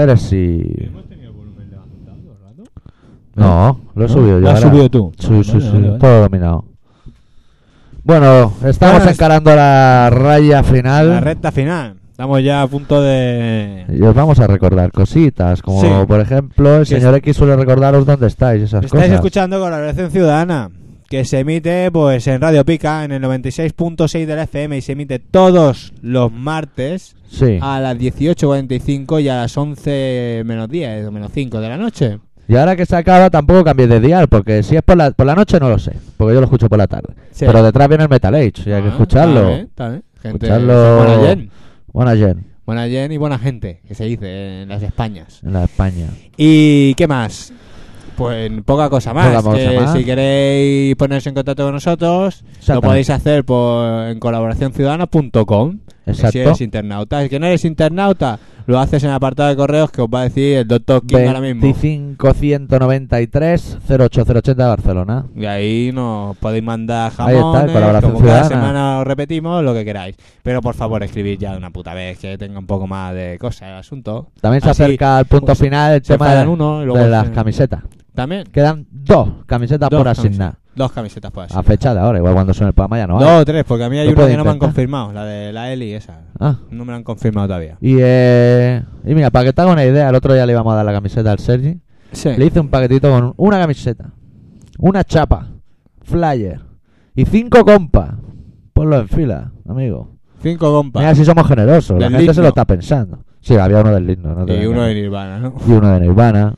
B: eres si. No, lo he
F: ¿No?
B: subido yo.
F: ¿Lo has
B: ahora.
F: subido tú?
B: Sí, sí,
F: Vale,
B: sí.
F: vale, vale.
B: Todo dominado. Bueno, estamos
A: Bueno, es-
B: encarando la raya final.
A: La recta final. Estamos ya a punto de.
B: Y os vamos a recordar cositas, como
A: Sí.
B: por ejemplo, el
A: Que
B: señor X suele recordaros dónde estáis, esas
A: Estáis
B: cosas.
A: escuchando Colaboración Ciudadana, que se emite pues en Radio Pica, en el 96.6 del FM, y se emite todos los martes
B: Sí.
F: Ah,
A: a las 18.45 y a las 11 menos 10 o menos 5 de la noche.
B: Y ahora que se acaba, tampoco cambiéis de dial, porque si es por la, por la noche no lo sé, porque yo lo escucho por la tarde.
A: Sí.
B: Pero detrás viene el Metal Age, y hay que
A: Ah,
B: escucharlo.
A: está bien, está bien. Gente,
B: Escucharlo-
A: Buena gente
B: Buena Jen,
A: buena gen y buena gente, que se dice en las Españas.
B: en la España.
A: ¿Y qué más? Pues poca cosa más.
B: Poca cosa
A: que
B: más.
A: Si queréis poneros en contacto con nosotros, lo
B: Exactamente.
A: podéis hacer por, en colaboracionciudadana.com. Que Si
B: Exacto.
A: eres internauta. Si que no eres internauta, lo haces en el apartado de correos que os va a decir el doctor King ahora mismo.
B: 25-193-08080 de Barcelona.
A: Y ahí nos podéis mandar
B: Ahí está,
A: jamones,
B: colaboración
A: como cada
B: ciudadana.
A: semana os repetimos, lo que queráis. Pero por favor, escribid ya de una puta vez, que tenga un poco más de cosa el asunto.
B: También se
A: Así,
B: acerca al punto
A: pues,
B: final el
A: se
B: tema
A: enfadan
B: de,
A: uno y
B: de
A: luego se-
B: las camisetas.
A: También.
B: Quedan dos camisetas
A: Dos
B: por
A: camisetas.
B: asignar.
A: Dos camisetas por
B: A
A: asignar.
B: fecha de ahora, igual cuando suene el programa ya no hay.
A: Dos o tres, porque a mí hay
B: Lo
A: una que
B: puede
A: no me han
B: intentar.
A: confirmado, la de la Eli esa.
B: Ah,
A: No me la han confirmado todavía.
B: Y, eh, y mira, para que te haga una idea, el otro día le íbamos a dar la camiseta al Sergi.
A: Sí.
B: Le hice un paquetito con una camiseta, una chapa, flyer y cinco compas. Ponlo en fila, amigo.
A: Cinco
B: Mira
A: compas.
B: si somos generosos. La
A: Del
B: gente se
A: Ligno.
B: lo está pensando. Sí, había uno del Ligno. no te
A: Y uno de
B: engañes.
A: Nirvana, ¿no?
B: Y uno de Nirvana.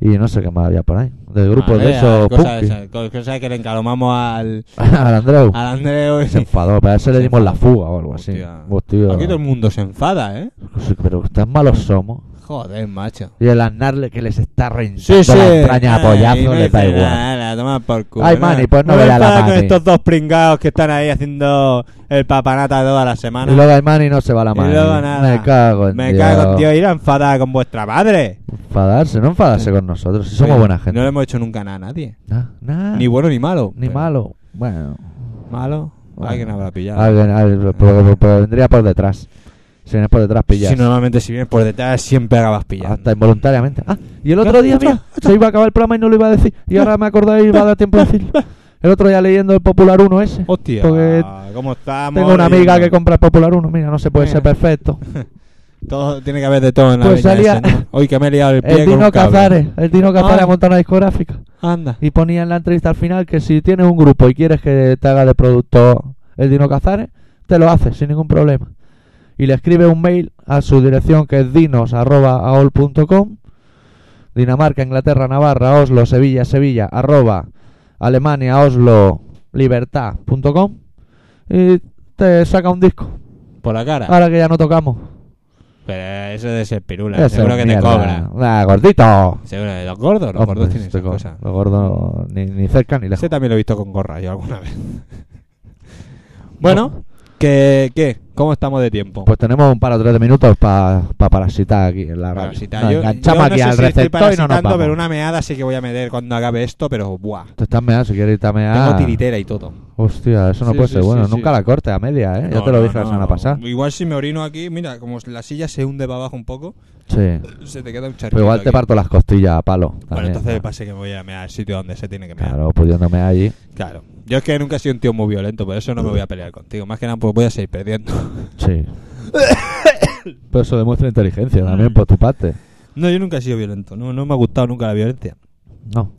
B: Y no sé qué más había por ahí. De grupos
A: Ah,
B: de
A: vea,
B: esos
A: Cosas,
B: punky.
A: esas, co- cosas que le encalomamos al,
B: Al Andreu.
A: al Andreu. y-
B: Se enfadó, pero a ese le
A: Se
B: dimos la
A: enfadó.
B: fuga o algo así.
A: Hostia.
B: Hostia.
A: Aquí todo el mundo se enfada, ¿eh?
B: Sí, Pero tan malos somos.
A: Joder, macho.
B: Y el Arnarle que les está rentando la entraña a
A: Ay,
B: pollazos
A: Eh, no
B: les da
A: dice
B: igual.
A: nada, toma por culo.
B: Ay,
A: nada.
B: Mani, pues no
A: me
B: verá la
A: enfadas con
B: Mani.
A: estos dos pringados que están ahí haciendo el papanata toda la semana.
B: Y luego el Mani no se va la
A: Y
B: mano.
A: luego nada.
B: Me cago en
A: Me
B: Dios.
A: cago en Dios, ir a enfadar con vuestra madre.
B: Enfadarse, no enfadarse con nosotros. Si somos
A: Oye,
B: buena gente.
A: No le hemos hecho nunca nada a nadie.
B: Na- na-
A: Ni bueno ni malo.
B: ni
A: Pero-
B: malo. Bueno.
A: Malo. Alguien habrá pillado.
B: Alguien, alguien- pero, pero- pero vendría por detrás. Si vienes por detrás, pillas. Ah,
A: Si normalmente si vienes por detrás siempre acabas pillando.
B: Hasta involuntariamente. Ah, y el otro día, mira, se iba a acabar el programa y no lo iba a decir. Y ahora me acordé y iba a dar tiempo de decir. El otro día leyendo el Popular 1 ese.
A: Hostia,
B: Porque
A: ¿cómo estamos?
B: tengo una amiga
A: Leyendo.
B: que compra el Popular 1. Mira, no se puede
A: Mira.
B: ser perfecto.
A: Todo, tiene que haber de todo en la
B: Pues
A: viña
B: salía-
A: esa, ¿no? Hoy que me he liado el pie
B: El
A: con un
B: Dino
A: cable.
B: Cazares. El Dino Cazares
A: Ah.
B: ha montado una discográfica.
A: Anda.
B: Y ponía en la entrevista al final que si tienes un grupo y quieres que te haga de producto el Dino Cazares, te lo hace sin ningún problema. Y le escribe un mail a su dirección que es dinos.aol.com Dinamarca, Inglaterra, Navarra, Oslo, Sevilla, Sevilla, arroba Alemania, Oslo, libertad.com y te saca un disco.
A: Por la cara.
B: Ahora que ya no tocamos.
A: Pero eso de ser pirula.
B: Eso es
A: Seguro que te
B: mierda.
A: cobra.
B: Ah, gordito.
A: Seguro que los gordos, los gordos
B: Hombre,
A: tienen
B: este
A: esas
B: co-
A: cosas.
B: Los gordos ni, ni cerca ni lejos.
A: Ese también lo he visto con gorra yo alguna vez. bueno, ¿qué, ¿qué? ¿Cómo estamos de tiempo?
B: Oh. Pues tenemos un par o tres de minutos para parasitar aquí en la radio.
A: Parasita.
B: Nos
A: Yo-
B: enganchamos
A: yo no sé
B: aquí al
A: si estoy
B: receptor y no nos
A: parasitando,
B: vamos.
A: pero una meada sí que voy a meter cuando acabe esto, pero buah.
B: Te estás meando, si quieres irte a mear.
A: Tengo tiritera y todo.
B: Hostia, eso no
A: Sí,
B: puede
A: sí,
B: ser
A: sí,
B: bueno.
A: sí.
B: Nunca la corte a media, ¿eh? ya
A: No,
B: te lo
A: no,
B: dije la
A: no.
B: semana pasada.
A: Igual si me orino aquí, mira, como la silla se hunde para abajo un poco,
B: Sí.
A: se te queda un charquito.
B: Pero igual te
A: aquí.
B: parto las costillas a palo.
A: Bueno,
B: también.
A: entonces pase que me voy a mear al sitio donde se tiene que mear. Claro.
B: Claro, pudiéndome allí.
A: Yo es que nunca he sido un tío muy violento, por eso no me voy a pelear contigo. Más que nada, pues voy a seguir perdiendo.
B: Sí. Pero eso demuestra inteligencia también por tu parte.
A: No, yo nunca he sido violento. No, no me ha gustado nunca la violencia.
B: No.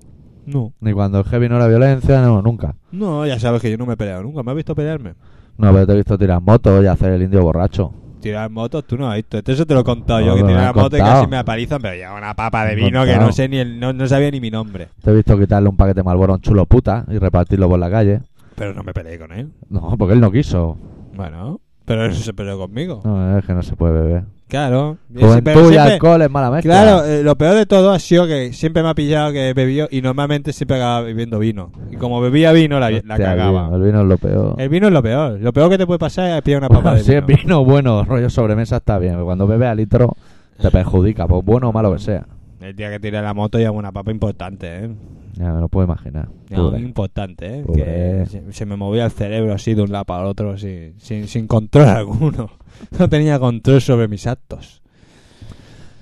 A: No.
B: Ni cuando el heavy no era violencia, no, nunca.
A: No, ya sabes que yo no me he peleado nunca. ¿Me has visto pelearme?
B: No, pero te he visto tirar motos y hacer el indio borracho.
A: Tirar motos, tú no has visto. Eso te lo he contado
B: No,
A: yo, que
B: me lo
A: tiré
B: han
A: la moto y
B: contado.
A: casi me apalizan, pero lleva una papa de
B: Me lo han
A: vino que
B: contado.
A: no sé ni el, no, no sabía ni mi nombre.
B: Te he visto quitarle un paquete de Marlboro a un chulo puta y repartirlo por la calle.
A: Pero no me peleé con él.
B: No, porque él no quiso.
A: Bueno, pero él se peleó conmigo.
B: No, es que no se puede beber.
A: Claro. Ese- pero
B: Juventud y
A: siempre-
B: alcohol es mala mezcla.
A: Claro, eh, lo peor de todo ha sido que siempre me ha pillado que bebió y normalmente siempre acababa bebiendo vino. Y como bebía vino, la, la
B: Hostia,
A: cagaba.
B: vino, El vino es lo peor.
A: El vino es lo peor. Lo peor que te puede pasar es pillar una
B: Bueno,
A: papa de
B: si
A: vino.
B: es vino bueno, rollo sobremesa está bien. pero Cuando bebes a litro te perjudica, por bueno o malo que sea.
A: El día que tiré la moto llevaba una papa importante, ¿eh?
B: Ya me lo puedo imaginar.
A: No,
B: Pobre.
A: importante, ¿eh?
B: Pobre.
A: Que se, se me movía el cerebro así de un lado para otro, así, sin, sin control alguno. No tenía control sobre mis actos.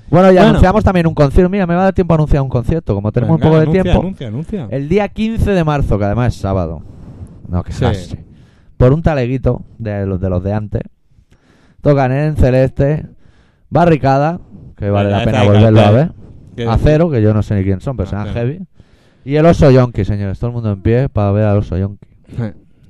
B: Bueno, y
A: Bueno.
B: anunciamos también un concierto. Mira, me va a dar tiempo a anunciar un concierto. Como tenemos
A: Venga,
B: un poco de
A: anuncia,
B: tiempo.
A: Anuncia, anuncia.
B: El día 15 de marzo, que además es sábado. No, que
A: Sí.
B: hace. Por un taleguito de los de los de antes. Tocan en Celeste, Barricada, que vale
A: La
B: la
A: esta
B: pena
A: de
B: volverlo a ver.
A: cartel. ¿Qué-
B: Acero, que yo no sé ni quién son, pero serán
A: Acero.
B: heavy. Y el Oso Yonki, señores. Todo el mundo en pie para ver al Oso Yonki.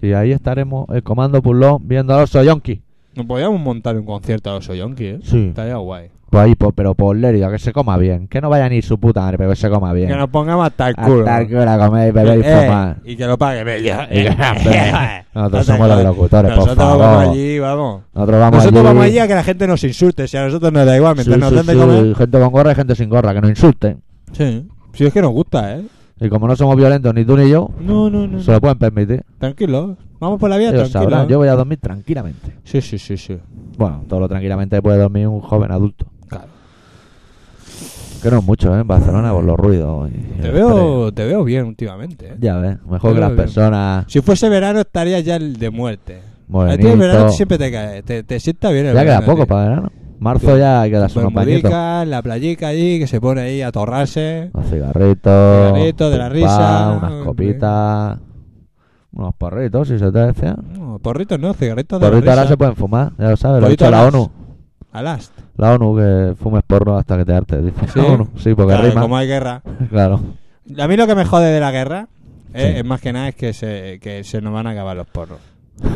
B: Y ahí estaremos, el comando Pulón, viendo al Oso Yonki.
A: Nos podíamos montar un concierto a los Yonki, ¿eh?
B: Sí.
A: Estaría guay.
B: Pues ahí, po- pero por Lérida, que se coma bien. Que no vaya ni su puta madre, pero que se coma bien.
A: Que nos pongamos hasta el culo.
B: Hasta el culo a comer, beber y
A: Eh,
B: fumar.
A: y que lo pague Bella.
B: Y que- Nosotros somos los locutores, por
A: Nosotros vamos
B: favor.
A: allí, vamos.
B: Nosotros vamos
A: nosotros
B: allí.
A: vamos allí a que la gente nos insulte. Si a nosotros nos da igual,
B: Sí,
A: mientras nos
B: sí,
A: den de
B: sí,
A: comer.
B: Gente con gorra y gente sin gorra, que nos insulten.
A: Sí. Si es que nos gusta, ¿eh?
B: Y como no somos violentos ni tú ni yo,
A: No, no, no.
B: se lo pueden permitir.
A: Tranquilo. Vamos por la vida
B: Ellos
A: tranquilo. ¿eh?
B: sabrán, yo voy a dormir tranquilamente.
A: Sí, sí, sí, sí.
B: Bueno, todo lo tranquilamente puede dormir un joven adulto.
A: Claro.
B: Que no es mucho, ¿eh? En Barcelona por los ruidos. y- y
A: Te
B: el
A: veo, te veo bien últimamente, ¿eh?
B: estrés. Ya ves, mejor
A: Te
B: que
A: veo
B: las
A: bien.
B: personas.
A: Si fuese verano estaría ya el de muerte. A ti
B: Morenito.
A: el verano siempre te cae, te, te sienta bien el
B: Ya
A: verano.
B: queda poco
A: tío.
B: para verano. Marzo ya hay que darse unos bañitos.
A: Bermudica, en la playica allí, que se pone ahí a torrarse.
B: Los cigarritos.
A: Cigarritos, de la
B: pum,
A: risa,
B: pam, Unas
A: hombre.
B: copitas. Unos porritos, si se te decía.
A: No, Mm, porritos no, cigarritos de la
B: Porritos
A: risa.
B: ahora se pueden fumar, ya lo sabes. Lo ha
A: Porrito
B: dicho la
A: alas.
B: ONU.
A: Alast.
B: La ONU que fumes porno hasta que te hartes, dice.
A: ¿Sí?
B: La ONU, sí, porque
A: Claro,
B: rima.
A: como hay guerra.
B: Claro.
A: A mí lo que me jode de la guerra eh,
B: Sí.
A: es más que nada es que se, que se nos van a acabar los porros.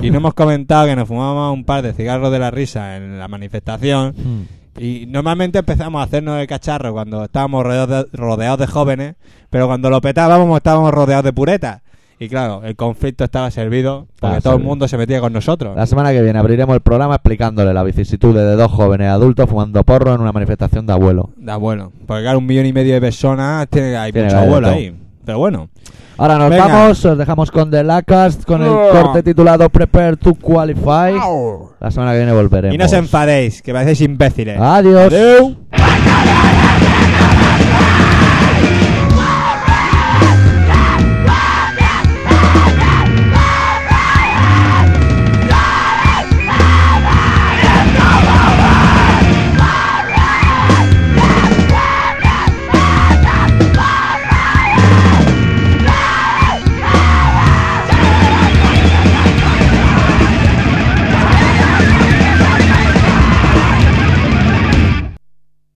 A: Y no hemos comentado que nos fumábamos un par de cigarros de la risa en la manifestación.
B: Mm.
A: Y normalmente empezamos a hacernos el cacharro cuando estábamos rodeados de, rodeados de jóvenes, pero cuando lo petábamos estábamos rodeados de puretas. Y claro, el conflicto estaba servido porque
B: Ah,
A: todo el
B: servido.
A: mundo se metía con nosotros.
B: La semana que viene abriremos el programa explicándole las vicisitudes de dos jóvenes adultos fumando porro en una manifestación de abuelos.
A: Da Ah, bueno, porque claro, un millón y medio de personas, tiene, hay
B: Tiene
A: mucho
B: que haber
A: abuelo
B: de todo.
A: ahí. Pero bueno,
B: Ahora nos
A: Venga.
B: vamos, os dejamos con The Lacast, con el corte titulado Prepare to Qualify. La semana que viene volveremos.
A: y no os enfadéis, que parecéis imbéciles.
B: Adiós.
A: Adeu.